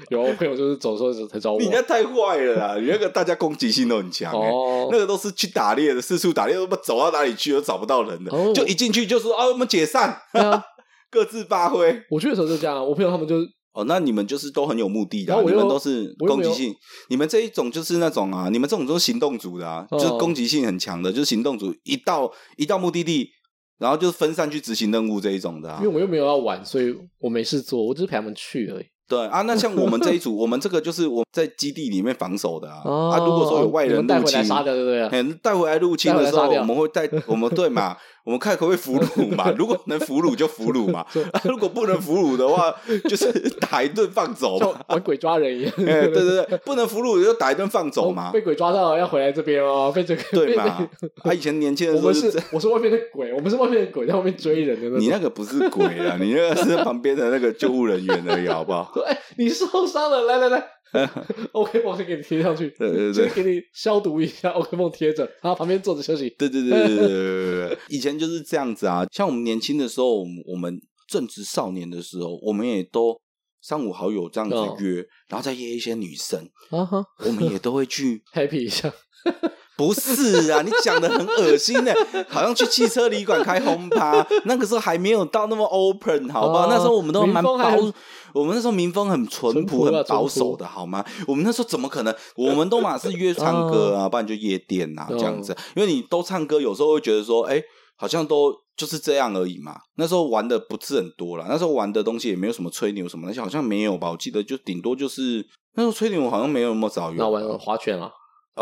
有我朋友就是走的时候才 <laughs> 找我，
你那太坏了啦！你那个大家攻击性都很强、欸。
哦，
那个都是去打猎的，四处打猎，都不走到哪里去都找不到人的，
哦
就一进去就说啊，我们解散，
对啊，
各自发挥。
我去的时候就这样啊，我朋友他们就
哦，那你们就是都很有目的的、啊
然后我
你
又
们都是
我又
攻
没有
击性，你们这一种就是那种啊，你们这种都是行动组的啊，
哦
就是攻击性很强的，就是行动组一到一到目的地，然后就分散去执行任务这一种的、啊
因为。我又没有要玩，所以我没事做，我只是陪他们去而已。
对啊，那像我们这一
<laughs>
组，我们这个就是我在基地里面防守的啊。
哦，
啊，如果说有外
你
人
们带
入
回来
侵，
杀掉，对不对了？
嗯，带回来入侵的时候，
带回来杀掉
我们会
<laughs>
带我们对嘛，我们看可不可以俘虏嘛。如果能俘虏就俘虏
<laughs>
嘛，啊 <laughs> 如果不能俘虏的话，就是打一顿放走
像
嘛。
玩鬼抓人一样。
<laughs> 哎、对对对，不能俘虏就打一顿放走嘛
哦。被鬼抓到了要回来这边哦，被这个
对
被
嘛？他、以前年轻的
我
时候
们
就是这样。
我是外面的鬼，我们是外面的鬼在外面追人的那
你
种。
那个不是鬼
<laughs>
啊，你那个是旁边的那个救护人员而已，好不好？
说哎，你受伤了，来来来
<laughs>
，OK 绷先给你贴上去，
对对对
先给你消毒一下，OK 绷贴着，然后旁边坐着休息。
对对对对对对对对，以前就是这样子啊。像我们年轻的时候，我们我们正值少年的时候，我们也都三五好友这样子
哦
约，然后再约一些女生，
啊哈
我们也都会去。
，happy 一下，
<laughs> 不是啊，你讲的很恶心呢、好像去汽车旅馆开轰趴，那个时候还没有到那么 open，好不好？
哦
那时候我们都蛮
民风还
保
很，
我们那时候民风很淳
淳
朴、
朴啊
很保
淳朴
守的，好吗？我们那时候怎么可能？我们都嘛是约
<laughs>
唱歌啊，不然就夜店啊
哦
这样子。因为你都唱歌，有时候会觉得说，哎、好像都就是这样而已嘛。那时候玩的不是很多啦，那时候玩的东西也没有什么吹牛什么那些，好像没有吧？我记得就顶多就是那时候吹牛好像没有那么早有。
那我玩划拳啊了，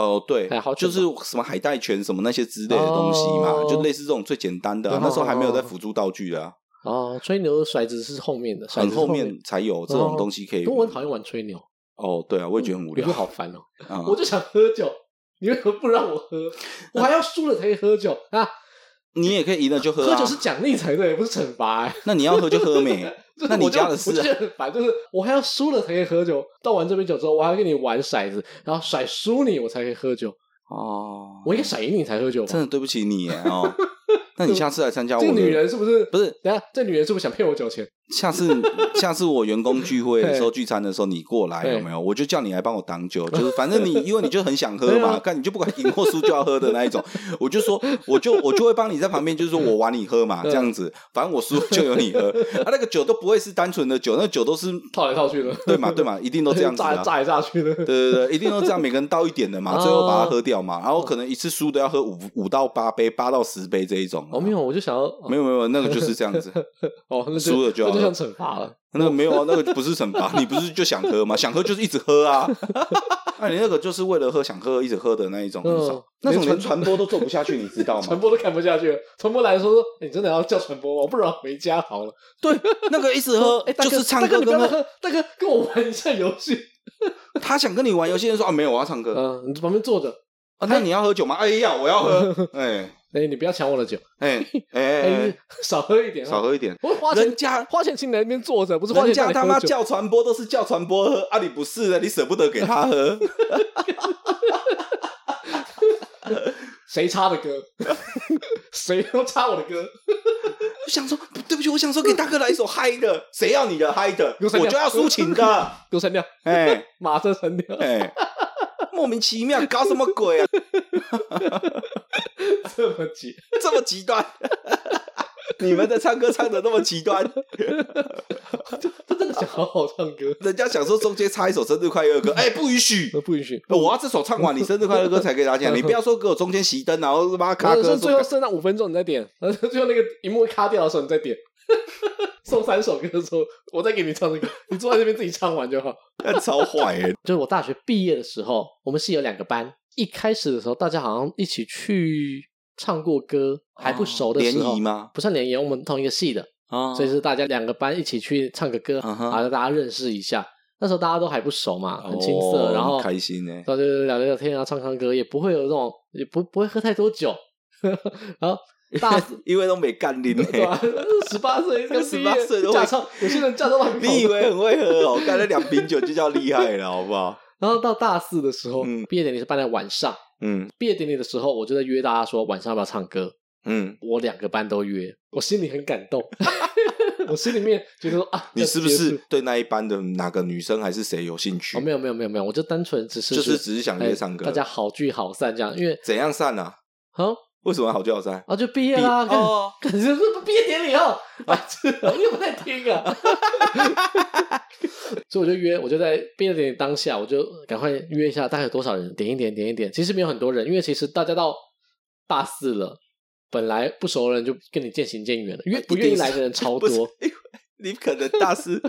哦、对
哎好，
就
久
是什么海带拳什么那些之类的东西嘛，
哦
就类似这种最简单的啊、
哦
那时候还没有在辅助道具的、啊，
哦，吹牛的骰子是后面的，骰
很
子是
后
面
面。才有这种
哦
东西可以。
因为我很讨厌玩吹牛，
哦，对啊，我也觉得很无聊
你会。好烦哦。
嗯
我就想喝酒，你为何不让我喝？我还要输了才可以喝酒啊！
你也可以赢了就喝
喝
啊
酒，是奖励才对，不是惩罚、 <laughs> 欸。。
那你要喝就喝没
就是
那你
我就
家的事
我就
啊
觉得很烦，就是我还要输了才可以喝酒。倒完这杯酒之后，我还要跟你玩骰子，然后甩输你我才可以喝酒。
哦，
我应该甩赢你才喝酒吧
真？的对不起你耶
<laughs>
哦。那你下次来参加我
这个
的
女人是不是？
不是？
等一下，这女人是不是想骗我酒钱？
下次下次我员工聚会的时候聚餐的时候你过来
对
有没有？我就叫你来帮我挡酒，就是反正你因为你就很想喝
<laughs> 对
嘛，
啊
看你就不管赢或输就要喝的那一种。我就说我就我就会帮你在旁边，就是说我玩你喝嘛，这
对
样子，反正我输就由你喝。啊，那个酒都不会是单纯的酒，那个酒都是
套来套去的，
对嘛对嘛，一定都这样子
<laughs> 炸
的。
炸来炸去的。
对对对，一定都这样，每个人倒一点的嘛，
哦
最后把它喝掉嘛，然后可能一次输都要喝五五到八杯，八到十杯这一种。啊
哦，没有，我就想要哦
没有没有，那个就是这样
<laughs>
子，
哦，那
输了就
那
好
就
了
像惩罚了。
那个没有啊，那个不是惩罚，你不是就想喝吗？想喝就是一直喝啊，那你那个就是为了喝想喝一直喝的那一种，很少
嗯
那种连传
连传
播都做不下去，你知道
传
吗？
播都看不下去了，传播来说说，你真的要叫传播吗？不然我回家好了。
对， <laughs> 那个一直喝
哎，大
就
哥，
是唱
大哥
歌
你不要
跟
再
喝，
喝，大哥跟我玩一下游戏。
他想跟你玩游戏，人说啊没有，我要唱歌，
<laughs> 嗯，你旁边坐着，
啊那你要喝酒吗？哎呀，我要喝，哎
哎，你不要抢我的酒，
哎哎哎
哎，， <laughs> 少喝一点，哦
少。喝一点，
我花钱
人家。
花钱请你来那边坐着，不是花
人
钱
家他妈叫
叫
传播都是叫传播喝，啊你不是的，你舍不得给他喝，
谁插的歌， <laughs> 谁都插我的歌，
我想说，对不起，我想说给大哥来一首嗨的，谁要你的嗨的？
有谁要
我就要抒情的，
<laughs> 给我删掉，
哎
马上删掉，
哎，莫名其妙搞什么鬼啊？
这么急。
这么极端，你们的唱歌唱的那么极端，
他真的想好好唱歌，
人家想说中间插一首生日快乐歌，哎，不允许。
<laughs> 那不允许。
我要这首唱完，你生日快乐歌才可以拿进来。你不要说给我中间熄灯，然后他妈咔
可
歌
是
说
最后剩那五分钟你再点，然后最后那个荧幕卡掉的时候你再点， <laughs> 送三首歌的时候我再给你唱这个，你坐在这边自己唱完就好。
干超坏欸
就是我大学毕业的时候，我们系有两个班，一开始的时候大家好像一起去唱过歌， <laughs> 还不熟的
哦联
时候，
谊吗？
不算联谊，我们同一个系的，
啊
所以是大家两个班一起去唱个歌，
嗯
然
哼
后大家认识一下。那时候大家都还不熟嘛，很青涩，然后
哦开心欸呢。
然后就聊聊天啊，唱唱歌，也不会有这种，也不不会喝太多酒。 <laughs> 然后大
<laughs> 因为都没干你呢。
对吧？啊十八岁刚毕业
18岁都会
驾照，有些人驾照都还没考
你以为很会喝哦？干了两瓶酒就叫厉害了，好不好？
然后到大四的时候，
嗯
毕业典礼是办在晚上。
嗯
毕业典礼的时候，我就在约大家说晚上要不要唱歌。
嗯，
我两个班都约，我心里很感动，我心里面觉得说啊，
你
要
是不
结
是
束？
对那一班的哪个女生还是谁有兴趣？
哦，没有没有没有没有，我就单纯只是
就是
觉得
只是想
哎
约唱歌。
大家好聚好散这样，因为
怎样散啊？
啊
为什么好聚好散？
啊就毕业啦，干
哦，
感觉是不毕业典礼哦，白痴哦，你又不在听啊。 <laughs> 所以我就约，我就在毕业典礼当下，我就赶快约一下，大概有多少人，点一点，点一点。其实没有很多人，因为其实大家到大四了，本来不熟的人就跟你渐行渐远了，愿啊 <laughs> 不愿意来的人超
不是
多。
因为你可能大师，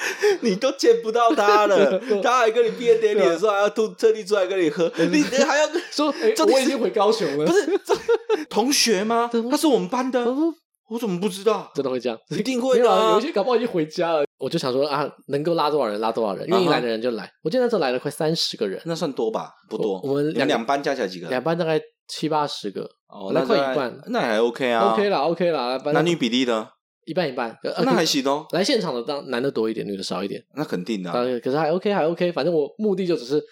<laughs> 你都见不到他了，
啊
他还跟你毕业典礼的时候还要特特地出来跟你喝，你你还要跟 <laughs>
说，哎、
重点
我
是
已经回高雄了，
不是 <laughs> 这同学吗
怎？么
他是我们班的，
啊
我怎么不知道？
哦真的会这样，
一定
没
会
有
的
啊，
啊
有一！些搞不好已经回家了。我就想说啊，能够拉多少人拉多少人，愿意来的人就来。我记得那时候来了快三十个人，
那算多吧？不多，
我我们
你们
两
两班加起来几个？
两班大概七八十个，
哦，
那
那
快
大概
一半
那还 OK 啊
OK 啦，OK 啦，反正
男女比例呢？
一半一半，呃
那还。行哦，
来现场的当男的多一点，女的少一点，
那肯定的啊。
当然可是还 OK 还 OK，反正我目的就只是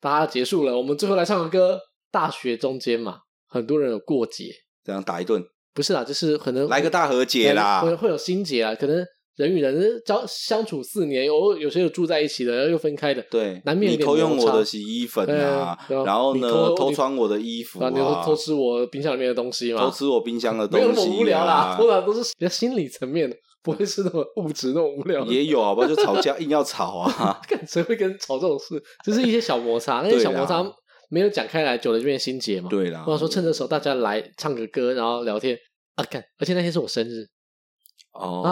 大家结束了，我们最后来唱个歌。大学中间嘛，很多人有过节，
这样打一顿，
不是啦，就是可能
来个大和解啦
会。会有心结啊，可能人与人交相处四年，有有些有住在一起的，然后又分开的，
对，
难免
你
有点
偷用
摩
我
擦
的洗衣粉啊，
对啊
然后
你
呢
偷
偷
你
穿我的衣服
然后你
啊
又，偷吃我冰箱里面的东西嘛，
偷吃我冰箱的东西、啊，
没有那么无聊啦，通常都是比较心理层面的，不会是那么物质那种无聊的。
也有好吧，就吵架硬要吵
<laughs>
啊，
干谁会跟人吵这种事？就是一些小
<laughs>
摩擦，那
对
些
啦
小摩擦没有讲开来，久了就变心结嘛。，
对啦
我，想说趁这时候大家来唱个歌，然后聊天，啊，干！而且那天是我生日
哦，
啊，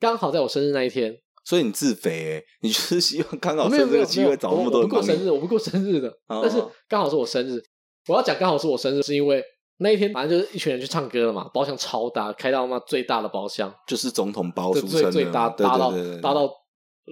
刚好在我生日那一天。
所以你自肥欸，你就是希望刚好
<laughs> 没有
趁
没
哦这
有
个
没
机
有
会找
我
那么
我
多人
不过
帮
生
你。
日，我不过生日的，
<laughs> 哦
但是刚好是我生日。我要讲刚好是我生日，是因为那一天反正就是一群人去唱歌了嘛，包厢超大，开到嘛最大的包厢，
就是总统包
最
出身
最
的
最大
嘛，对
大到
对对对
大到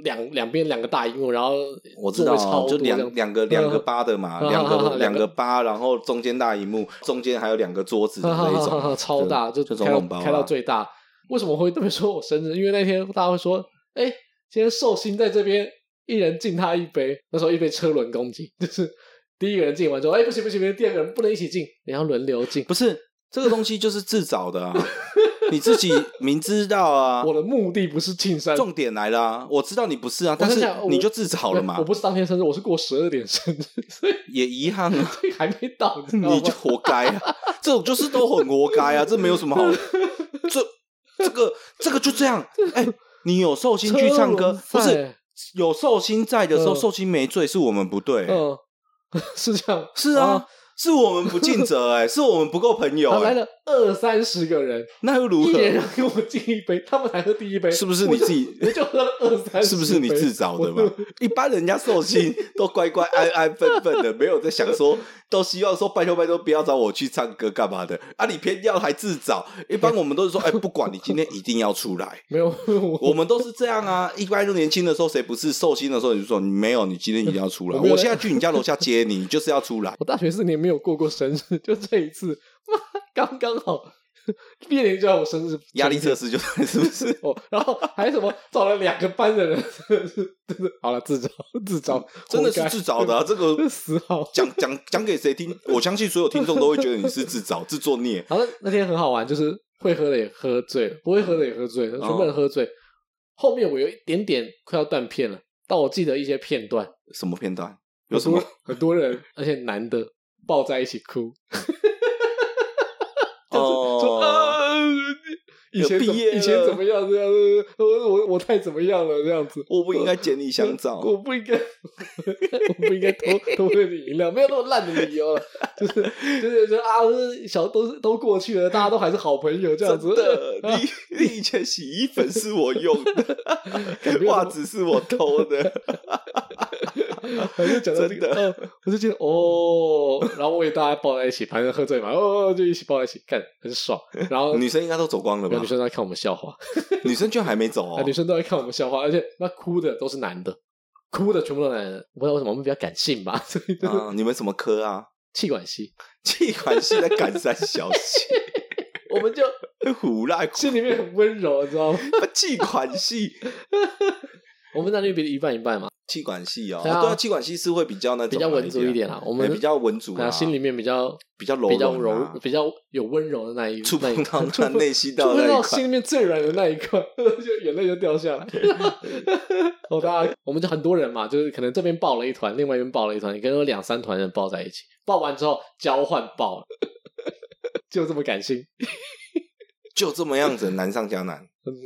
两两边两个大荧幕，然后
我知
座
道
位
啊
超，
就
多这
两
样
两
<laughs>
个两个
嗯
八的嘛，
嗯
两
嗯嗯
个
嗯
两个
两个
八，然后中间大荧幕，中间还有两个桌子的那一种，
<laughs> 超
对
大，就
就
开
总
到
统包啊
开到最大。为什么会特别说我生日？因为那天大家会说，哎、今天寿星在这边，一人敬他一杯。那时候一杯车轮攻击，就是第一个人敬完之后，哎、不行不行不行，第二个人不能一起敬，你要轮流敬。
不是这个东西就是自找的啊，你自己明知道啊
<laughs> 我。的目的不是庆生，
重点来了啊，我知道你不是啊，但
跟
是
你讲我
你就自找了嘛
我，不是当天生日，我是过十二点生日，所以
也遗憾啊，
所以还没到， <laughs> 你知道吗
你就活该
<laughs>
啊，这种就是都很活该啊，这没有什么好，这这个这个就这样，哎、你有寿星去唱歌，
车
不
轮赛
是有寿星在的时候，
嗯
寿星没醉是我们不对、
嗯，是这样，
是啊，是我们不尽责哎、是我们不够朋友
然后
哎、
啊来了二三十个人，
那又如
一人
何？
要给我敬一杯，他们才喝第一杯，
是不是你自己
我就？我就喝了二三十
是不是你自找的嘛
杯？
一般人家寿星都乖乖安安分分的，没有在想说，都希望说拜托拜托不要找我去唱歌干嘛的啊！你偏要还自找，一般我们都是说，哎、不管你今天一定要出来，
没有，我
我们都是这样啊。一般就年轻的时候，谁不是寿星的时候，你就说你没有，你今天一定要出来。
我没有
我现在去你家楼下接你，你就是要出来。
我大学四年没有过过生日，就这一次，妈刚刚好，毕业年就要我生日，
压力测试就来，是不是？
哦，然后还什么找了两个班的人，真的是真的好了，自找自找，
<laughs> 真的
活
是
该
自找的、啊，这个
<laughs> 真死好。
讲讲讲给谁听？我相信所有听众都会觉得你是自找、自作孽。
然后那那天很好玩，就是会喝的也喝醉了，不会喝的也喝醉了，全部人
哦
喝醉。后面我有一点点快要断片了，但我记得一些片段，
什么片段？有什么
很？多很多人，而且男的抱在一起哭，就是说
哦，
啊，以前
有
怎么
毕业了
以前怎么样这样子，我我我太怎么样了这样子，
我不应该捡你想找。
我不应该， <laughs> 我不应该偷偷喝你饮料，没有那么烂的理由了， <laughs> 就是就是就是啊，就是小都是都过去了，大家都还是好朋友这样
真
子， <laughs>
的，
啊
你 <laughs> 你以前洗衣粉是我用的
<laughs> 感，觉
袜子是我偷
<laughs>
的。
反正讲到这个，
真
呃、我就觉得哦，然后我也大家抱在一起，反正喝醉嘛，哦，就一起抱在一起，干很爽。然后
女生应该都走光了
没有
吧
女？生都在看我们笑话，
女生居然还没走
啊
哦
女。生都在看我们笑话，而且那哭的都是男的，哭的全部都是男的。我不知道为什么，我们比较感性吧，所以就是
啊，你们什么科啊？
气管系，
气管系在赶三小系，
我们就
<laughs> 胡赖
心里面很温柔，你知道吗？
气管系，
我们男女比例一半一半嘛，
气管系哦，
对啊
对啊，气管系是会比较那种
比较文
啊
足一点啦。我们
哎比较文足
啊，
啊，
心里面比较
比较柔
比较
软啊
柔，比较有温柔的那一
触碰
那一
到
触
他
碰
内心
就
到
会
那
到
一
心
块，
里面最软的那一刻， <laughs> 就眼泪就掉下来。 <laughs> 哦，大家，我们就很多人嘛，就是可能这边抱了一团，另外一边抱了一团，可能有两三团人抱在一起，抱完之后交换抱， <laughs> 就这么感性。
就这么样子，难上加难。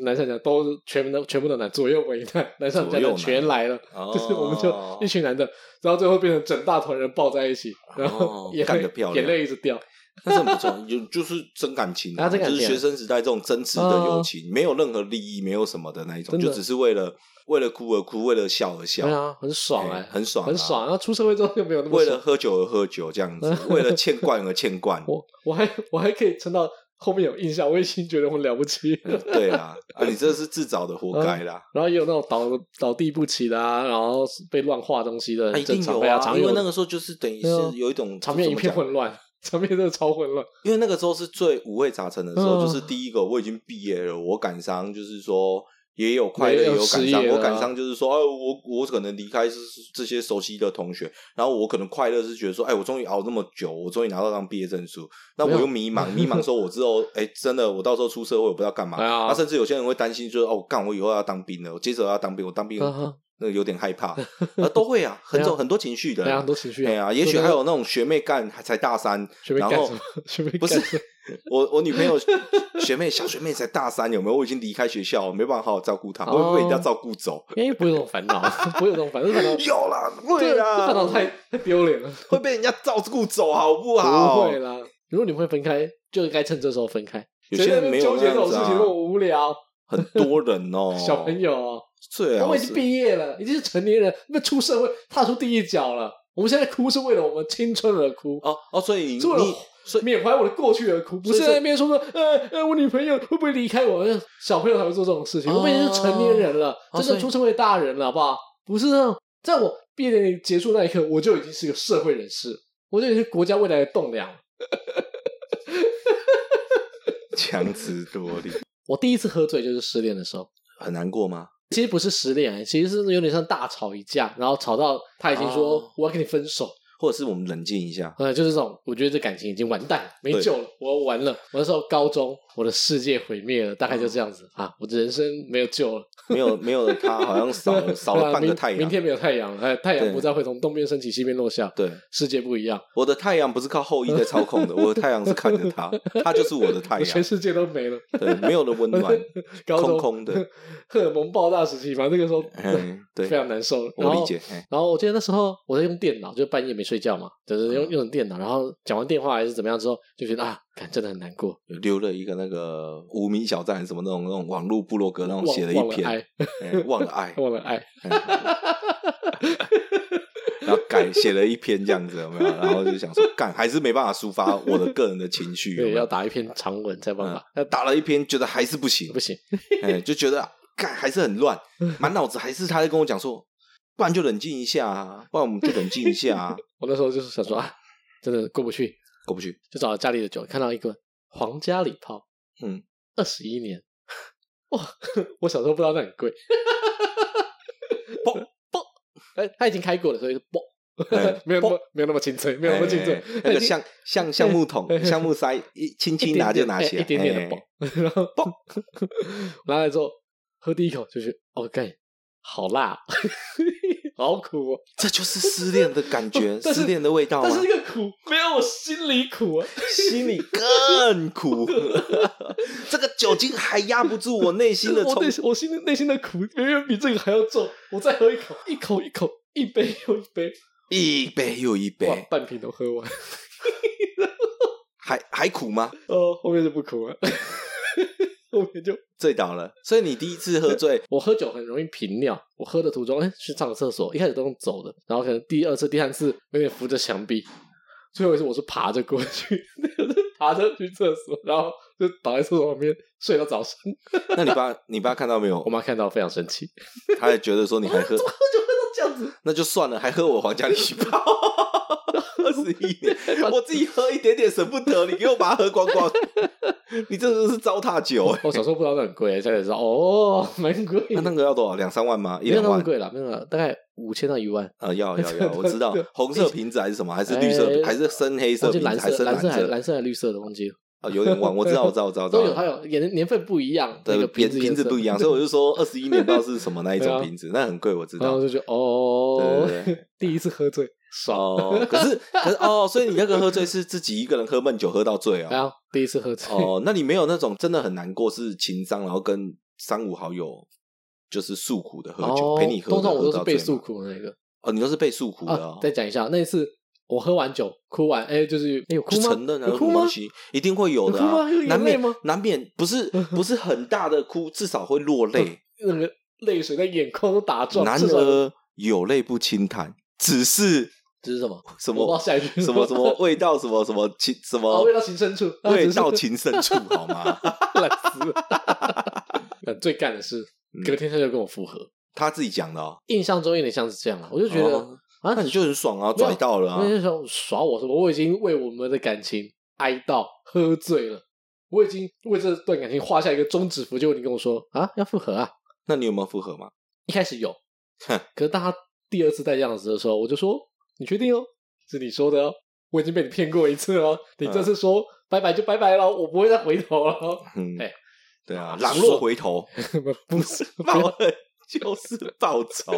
男上讲都是全部都全部都男，左右为难，男上
左
讲
右
的
难
全来了，
哦
<laughs> 就是 <laughs> 我们就一群男的，然后最后变成整大团人抱在一起，然后
哦
眼
干
泪
得漂亮
眼泪一直掉，
那是很不错，就就是真感情啊，
啊真感
就
情啊嗯
是学生时代这种真挚的友情，没有任何利益，没有什么的那一种，
真的
就只是为了为了哭而哭，为了笑而
对
笑，
啊，很爽哎、
哎很爽啊
很爽。然后出社会之后就没有那么
为
爽
了喝酒而喝酒，这样
<laughs>
子，为了欠灌而欠灌。
我我还 <laughs> 我还可以撑到后面有印象，我已经觉得我了不起
<laughs>
了。
嗯对啦，啊，你这是自找的，
嗯
活该啦。
然后也有那种倒倒地不起的啊，然后被乱画东西的，
啊，一
很
定
正常
有
被啊，
啊，
常
因
有
为那个时候就是等于是
对啊
有一种
场面一片，
怎么
混乱， <laughs> 场面真的超混乱。
讲因为那个时候是最五味杂陈的时候，
嗯
就是第一个我已经毕业了，我感伤，就是说。也有快乐，
也
也
有
有感
失
伤。
业
我
了啊
感伤就是说，哎，我我可能离开是是这些熟悉的同学，然后我可能快乐是觉得说，哎，我终于熬那么久，我终于拿到张毕业证书。那我
没有
又迷茫，迷茫说我之后，哎，真的，我到时候出社会我不知道干嘛。
哎呀
那甚至有些人会担心，就是哦，干我以后要当兵了，我接着要当兵，我当兵
啊
那个有点害怕，呃，都会啊，很
<laughs> 对
多
啊
很多情绪的
对啊，很多情绪啊。
对啊，也许还有那种学妹干还才大三，
学妹
然
干
后
什么？ <laughs> 学妹
<laughs> 不
干
是
什么
我我女朋友学妹小学妹才大三，有没有？我已经离开学校，我没办法好好照顾她，
哦
我会被人家照顾走。
应该不会有这种烦恼， <laughs> 不会有这种烦恼，这
<laughs>
烦恼
有啦，会
这这烦恼
啦，
太太丢脸了。
会被人家照顾走，好不好？
不会啦，如果你们会分开，就该趁这时候分开。
有些人没有
纠结
那
这
样
种事
子
情，
啊
我，无聊。，
很多人哦
<laughs> 小朋友哦，
对啊，
我已经毕业了，已经是成年人，那出社会踏出第一脚了。我们现在哭是为了我们青春而哭，
哦哦，所以你
是为了
你所以
缅怀我的过去而哭，不
所以
是
这
在那边说说，呃呃，我女朋友会不会离开我？呃小朋友才会做这种事情，
哦
我们已经是成年人了，
哦
真
所
正
以
出社会的大人了，好不好？不是那种，在我毕业典礼结束那一刻，我就已经是个社会人士，我就已经是国家未来的栋梁了。
强词夺理，
我第一次喝醉就是失恋的时候，
很难过吗？
其实不是失恋、其实是有点像大吵一架，然后吵到他已经说、
哦
我要跟你分手，
或者是我们冷静一下，
呃，就是这种，我觉得这感情已经完蛋了，没
对
救了，我完了。我那时候高中，我的世界毁灭了，大概就这样子啊，我的人生没有救了，
没有没有了他，哦好像少
<laughs>
了少了半个太阳。
明明天没有太阳了，哎，太阳
对
不再会从东边升起，西边落下，
对，
世界不一样，
我的太阳不是靠后羿在操控的，我的太阳是看着他，他就是我的太
全
阳。
世界都没了。 <laughs>
对，没有了温暖。 <laughs>
高中
空空的
<laughs> 荷尔蒙爆炸时期嘛，那个时候
<laughs> 嗯，对
非，常难受。
我理解。哎
啊然后我记得那时候我在用电脑，就半夜没睡觉嘛，就是
嗯
用用电脑，然后讲完电话还是怎么样之后，就觉得啊，感真的很难过。
留了一个那个无名小站什么那种那种网络部落格那种
忘
写了
忘
一
了
篇，
爱，
哎忘了
<laughs>
爱，
忘了爱，
然后改写了一篇这样子，有没有？然后就想说，干还是没办法抒发我的个人的情绪，有
<laughs> 对，
没
要
有？
打一篇长文才有办
嗯
法。，
打了一篇，觉得还是不行
<laughs> 不，行，
哎，就觉得干还是很
<laughs>
乱，满脑子还是他在跟我讲说，不然就冷静一下啊，不然我们就冷静一下
<laughs>
啊，
我那时候就是想说啊，真的过不去，
过不去。
就找了家里的酒，看到一个皇家礼炮，
嗯，
二十一年，哇！ <laughs> 我小时候不知道那很
<laughs>
贵，
嘣
嘣，哎，他已经开过了，所以是嘣
哎，
<laughs> 没有那么
嘣
没有那么清脆，没有那么清脆
哎，那
它已 <laughs>
个
经
橡橡橡木
<laughs>
桶
哎哎、
橡木塞，一轻
一
轻
点
拿就
点
拿
哎
起来，
一点点的
哎
嘣， <laughs> 然后嘣，拿来之后喝第一口就是哦，干，好辣，啊 <laughs> 好苦哦，
这就是失恋的感觉，
<laughs> 但是
失恋的味道吗啊
但？是那个苦没有我心里苦啊，
心里 <laughs> 更苦， <laughs> 这个酒精还压不住我内
<laughs>
心的
我
冲
内心我心里内心的苦远远比这个还要重。我再喝一口，一口一口，一杯又一杯，
一杯又一
哇，
杯，
半瓶都喝完。
还还苦吗？
哦，后面就不苦了， <laughs> 后面就
醉倒了，所以你第一次喝醉， <laughs>
我喝酒很容易频尿，我喝的途中哎、去上个厕所，一开始都用走的，然后可能第二次、第三次有点扶着墙壁，最后一次我是爬着过去， <laughs> 爬着去厕所，然后就倒在厕所旁边睡到早上。
那你爸你爸看到没有
我？妈看到非常生气，
他也觉得说你还喝 <laughs>
怎，么喝酒喝到这样子？
那就算了，还喝我皇家礼
<laughs>
炮，二十一年，我自己喝一点点舍不得，你给我把它喝光光， <laughs> 你这就是糟蹋酒哎、
我小时候不知道那很贵，现在知道哦， <laughs> 蛮贵的。
那那个要多少？两三万吗？一
没
两
有那么
万？
贵了，没有啦，大概五千到一万，
啊，要要
对
要，
对
我知道
对， <laughs>
红色瓶子还是什么？还是绿
哎
色？还是深黑色
忘记
瓶子？
蓝
还是
色、蓝
蓝
色还
色？
蓝色还是绿色的，忘记了，
啊，有点忘，我知道，我知道，我知道，我知
都有，它
道。
有年年份不一样，那
对
个，
瓶
子
瓶子不一
样，
样，所以我就
<laughs>
说二十一年不知道是什么那一
对啊
种瓶子，那很贵，我知
然
道
后。就觉得哦
对对，
<laughs> 第一次喝醉，爽，
哦，可是可是哦，所以你那个喝醉是自己一个人喝闷酒喝到醉啊？
然后第一次喝醉，
哦，那你没有那种真的很难过，是情商，然后跟三五好友就是诉苦的喝酒，
哦
陪你喝
通
的
常我
喝
都是
到
被
醉
诉
吗。
苦的那个
哦，你都是被诉苦的
啊
哦。。
再讲一下那一次，我喝完酒哭完，哎，就是哎有哭
就
吗？
承认啊，有
有
什
哭
么
吗
关？系？一定会有的、
有哭
啊
吗有眼，
难免
泪吗
难免不
<laughs>
是不是很大的哭，至少会落泪。
那个泪水在眼眶都打转，
男
哦至少
儿有泪不轻弹，只是
这是什么？
什
我不知道
么
下一句
什么什
<laughs>
么味道什么什么情什
哦，
么
味道情深处，啊
味
只是
道情深处，好吗？
<laughs>
<laughs>
烂死 <laughs> 了。但最干的是，
嗯
隔天他就跟我复合。
他自己讲的、哦，
印象中有点像是这样啊，我就觉得、
哦
啊，
那你就很爽啊，
没有
拽到了啊
那。就想耍我什么？我已经为我们的感情哀悼、喝醉了，我已经为这段感情画下一个终止符。结果你跟我说啊，要复合啊，
那你有没有复合嘛？
一开始有
哼，
可是当他第二次戴样子的时候，我就说你确定哦？是你说的哦，我已经被你骗过一次哦，你这次说、拜拜就拜拜了，我不会再回头了
<laughs>
哦。
嗯，
哎
对啊，
爽
狼若回头，<laughs>
不是，不
报
要
恩就是报仇。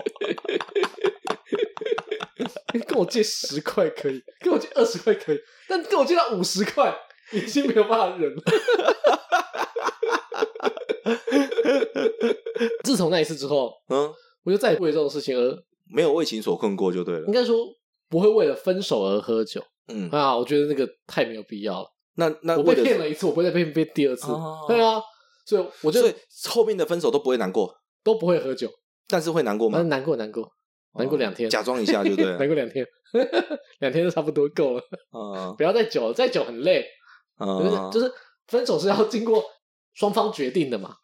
跟我借十块可以，跟我借二十块可以，但跟我借到五十块，已经没有办法忍了。 <laughs> 自从那一次之后，
嗯，
我就再也不为这种事情而，
没有为情所困过就对了
应。该说不会为了分手而喝酒
嗯，
啊！我觉得那个太没有必要了。
那那
我被
为了
骗了一次，我不会再被骗第二次
哦。
对啊，所以我就
所以后面的分手都不会难过，
都不会喝酒，
但是会难过
但
吗？
是
哦
难过难过嗯难过两天，
假装一下就对了
<laughs> 难。过两天，两天就差不多够了，
嗯
不要再久了，再久很累。
嗯，
就是就是分手是要经过双方决定的嘛。
嗯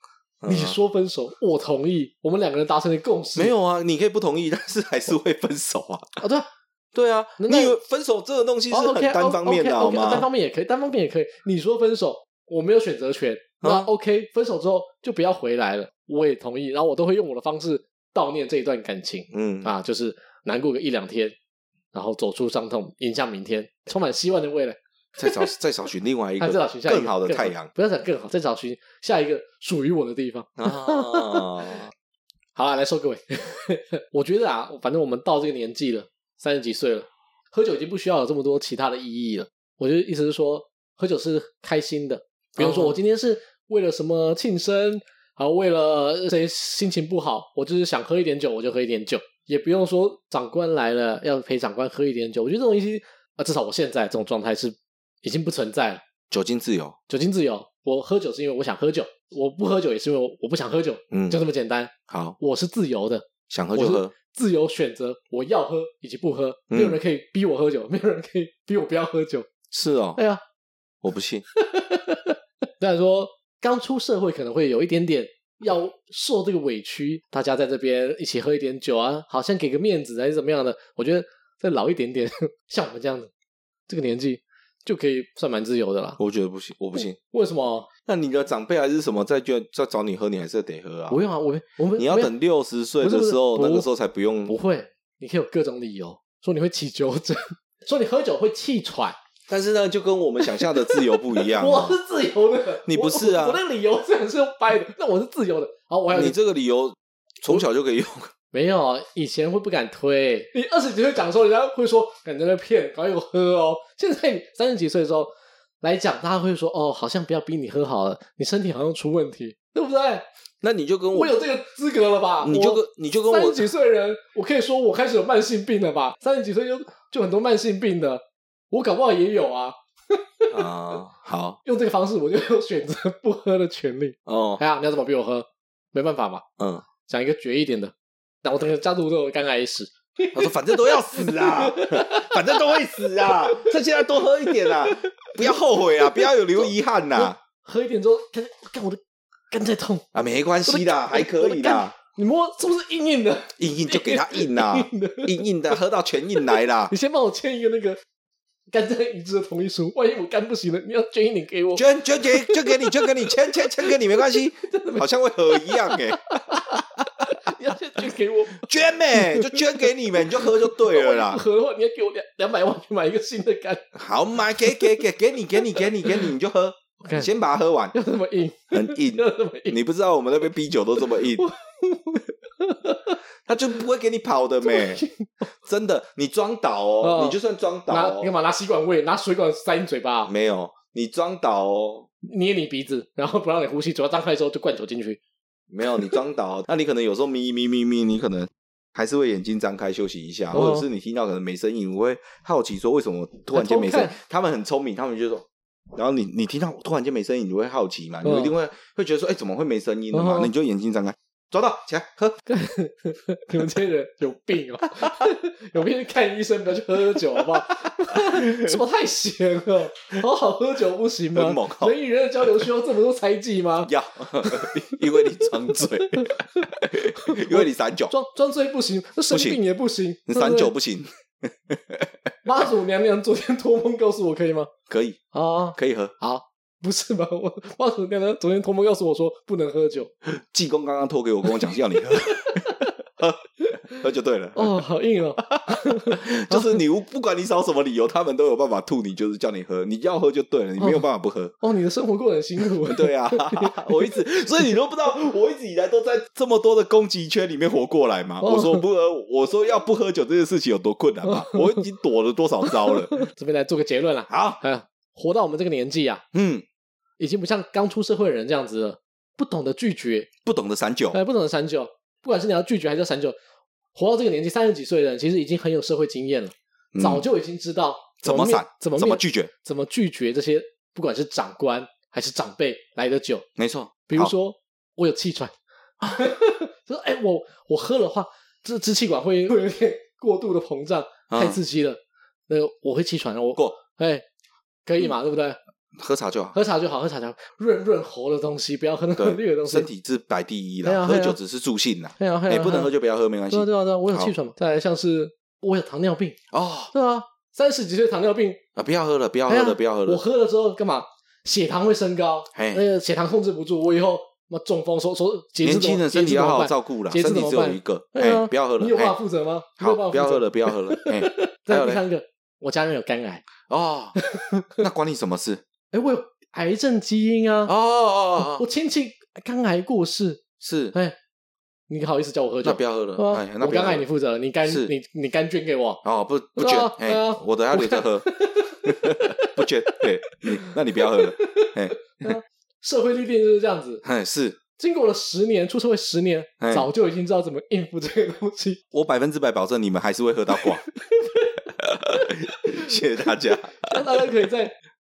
你说分手，我同意，我们两个人达成了共识。
没有啊？你可以不同意，但是还是会分手啊。
啊？ <laughs> 对啊，
对啊，
那
你以为分手这个东西是
哦
很
，OK，
单方面的好
OK，OK，单
吗？
方面也可以，单方面也可以。你说分手，我没有选择权，那
啊
OK，分手之后就不要回来了，我也同意，然后我都会用我的方式悼念这一段感情
嗯
啊，就是难过个一两天，然后走出伤痛，迎向明天，充满希望的未来。
再找 <laughs> 再找寻另外一
啊
个
再找寻下一个
更好的太阳
不要讲更好，再找寻下一个属于我的地方。
啊！
好啊了，来说各位， <laughs> 我觉得啊，反正我们到这个年纪了，三十几岁了，喝酒已经不需要有这么多其他的意义了。我觉得意思是说，喝酒是开心的，比如说
嗯
我今天是为了什么庆生，啊，为了谁心情不好，我就是想喝一点酒，我就喝一点酒，也不用说长官来了要陪长官喝一点酒。我觉得这种东西啊，至少我现在这种状态是已经不存在了。
<laughs> 酒精自由，
酒精自由，我喝酒是因为我想喝酒，我不喝酒也是因为我我不想喝酒，
嗯
就这么简单。
好，
我是自由的，
想喝
我
就是喝，
自由选择我要喝以及不喝，
嗯
没有人可以逼我喝酒，没有人可以 <laughs> 逼我不要喝酒。
是哦
哎，呀，
我不信。
虽然说刚出社会可能会有一点点要受这个委屈，大家在这边一起喝一点酒啊，好像给个面子还是怎么样的。我觉得再老一点点，像我们这样子这个年纪就可以算蛮自由的啦。
我觉得
<laughs>
不行，我不信。
为什么？
那你的长辈还是什么再就再找你喝，你还是得喝啊。
不用啊，我们我们
你要
没有
等六十岁
不是
的
不是
时候，
不
那个时候才不用。
不会，你可以有各种理由说你会起酒疹， <laughs> 说你喝酒会气喘。
但是呢，就跟我们想象的自由不
<laughs>
一样
我
哦。
是自由的，
你
我
不是啊
我我那个理由虽然是用掰的，那我是自由的。好，我还有
你这个理由从小就可以用。
没有？以前会不敢推，你二十几岁讲的时候，人家会说感觉在骗，赶快给我喝哦。 <laughs> 现在你三十几岁的时候来讲，大家会说哦，好像不要逼你喝好了，你身体好像出问题，对不对？
那你就跟
我
我，
有这个资格了吧？
你就跟
我
你就跟
三
我
十几岁人，我可以说我开始有慢性病了吧？三十几岁就就很多慢性病的，我搞不好也有啊。
啊，好
用这个方式，我就有选择不喝的权利。
哦，
哎呀，你要怎么逼我喝？没办法嘛，
嗯，
讲一个绝一点的。但我整个家族都有肝癌史，
他说反正都要死啊， <laughs> 反正都会死啊，趁现在多喝一点啊，不要后悔啊，不要有留遗憾呐
喝一点之后，看看我的肝在痛，
啊，没关系的，还可以的，
你摸是不是硬硬的？
硬硬就给他硬啦，
硬的。
硬硬的喝到全硬来啦
你。先帮我签一个那个肝脏移植的同意书，万一我肝不行了，你要捐一点给
<laughs>
我。
捐捐给捐给你，捐给你，签签签给你没关
<laughs>
系，好像会合一样哎、
你要先捐
<laughs>
给我，
捐呗、就捐给你们，你就喝就对了
不
啦。
合的话，你要给我两两百万去买一个新的肝。
好买给给给给你给你给你给你，你就
<laughs>
喝，
看
你先把它喝完，
要这么硬，
很硬。
<laughs> 要这么硬，
你不知道我们那边啤酒都这么硬， <laughs> 他就不会给你跑的没，真的，你装倒哦，
哦
你就算装 <laughs> 倒
拿你干
哦，
嘛？拿吸管喂，拿水管塞你嘴巴，啊
没有，你装倒哦，
捏你鼻子，然后不让你呼吸，嘴巴张开之后就灌酒进去。
没有，你装倒哦，那你可能有时候眯眯眯眯，你可能。还是会眼睛张开休息一下，
哦
或者是你听到可能没声音，我会好奇说为什么突然间没声音
偷看？
他们很聪明，他们就说，然后你你听到突然间没声音，你会好奇嘛？你
哦
一定会会觉得说，哎、怎么会没声音的嘛
哦？
那你就眼睛张开，抓到起来喝，
你们这些人有病哦！ <laughs> 有病去看医生，不要去喝酒，好不 <laughs> 好？什么太闲了，好好喝酒不行吗
很猛？哦
人与人的交流需要这么多猜忌吗？
要， <laughs> 因为你张嘴，因为你散酒，
装装醉不行，那生
不行
病也不行，
你
对不
散
对
酒不行，
妈祖娘娘昨天托梦告诉我，可以吗？
可以
啊，
可以喝。
好，不是吧？我妈祖娘娘昨天托梦告诉我说不能喝酒。
济公刚刚托给我，跟我讲是要你喝，喝喝就对了。
哦，好硬哦！ <laughs>
就是你无不管你找什么理由，他们都有办法吐你，就是叫你喝，你要喝就对了，你没有办法不喝。
哦，你的生活过得很辛苦。 <laughs>
对啊， <laughs> 我一直，所以你都不知道，我一直以来都在这么多的攻击圈里面活过来嘛。
哦
我说不喝，我说要不喝酒这件事情有多困难嘛，
哦
我已经躲了多少招
<laughs>
了。
这边来做个结论啦。
好，
哎呀，活到我们这个年纪啊，
嗯，
已经不像刚出社会的人这样子了，不懂得拒绝，
不懂得散酒，
哎，不懂得散酒，不管是你要拒绝还是要散酒，活到这个年纪三十几岁的人，其实已经很有社会经验了，
嗯
早就已经知道
怎么
面
散，
怎么
怎么
面
拒绝。
怎么拒绝这些不管是长官还是长辈来的酒，
没错，
比如
好
说我有气
<laughs>
喘，就说哎、我我喝的话，这支气管会会有点 <laughs> 过度的膨胀，
嗯
太刺激了，那个我会气喘，我
过嗯
哎、可以嘛，对不对？
喝茶就好，
喝茶就好，喝茶就好，润润喉的东西，不要喝那个绿的
对，
东西。
身体是摆第一
哎
啦，
呀哎
喝
呀
酒只是助兴啦，
哎呀，哎
哎，
呀，
不能喝就不要喝，没关系
对。啊对啊对啊，我有
好
气喘嘛。再来像是我有糖尿病，
哦
对啊，三十几岁糖尿病，
啊，不要喝了，不要
哎
喝
呀
了，不要喝
我
了，
喝了之后干嘛？血糖会升高，
嘿
那个血糖控制不住，我以后妈中风，说说节
年
制怎么
轻人身体要好好照
顾。
顾啦，
节制
身
怎么
体
办
只有一个，
对啊
哎，不要喝了，
你有办法
哎
负责吗？你有办
好，
法
不要
负责
喝了，。不要喝了，
<laughs>
哎，还
再
有
来第
嘞，
三个，我家人有肝癌，
哦，那关你什么事？
哎，我有癌症基因
哦
啊，
哦哦
我
哦，
亲戚肝癌过世，
是，
哎，你好意思叫我喝酒
那不？要喝
对
了，
啊
哎，那
我
不要
肝
喝
癌
了
你负责，你肝
是
你你肝捐给我，
哦，不不
对
卷
啊，
哎、
对啊
我等下留着
<laughs>
喝，不卷，对，你那你不要喝了，
社会历练就是这样子。
哎，是
经过了十年，出社会十年
哎，
早就已经知道怎么应付这个东西。 <laughs>
我百分之百保证你们还是会喝到挂， <laughs> 谢谢大家，
让大家可以在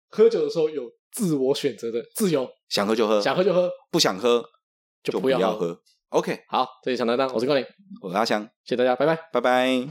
喝酒的时候有自我选择的自由，
想喝就喝，
想喝就喝。
不想喝
就
就
不要
喝，OK，
好，这里想当当，我是高林，
我是阿翔，
谢谢大家，拜拜。
拜拜。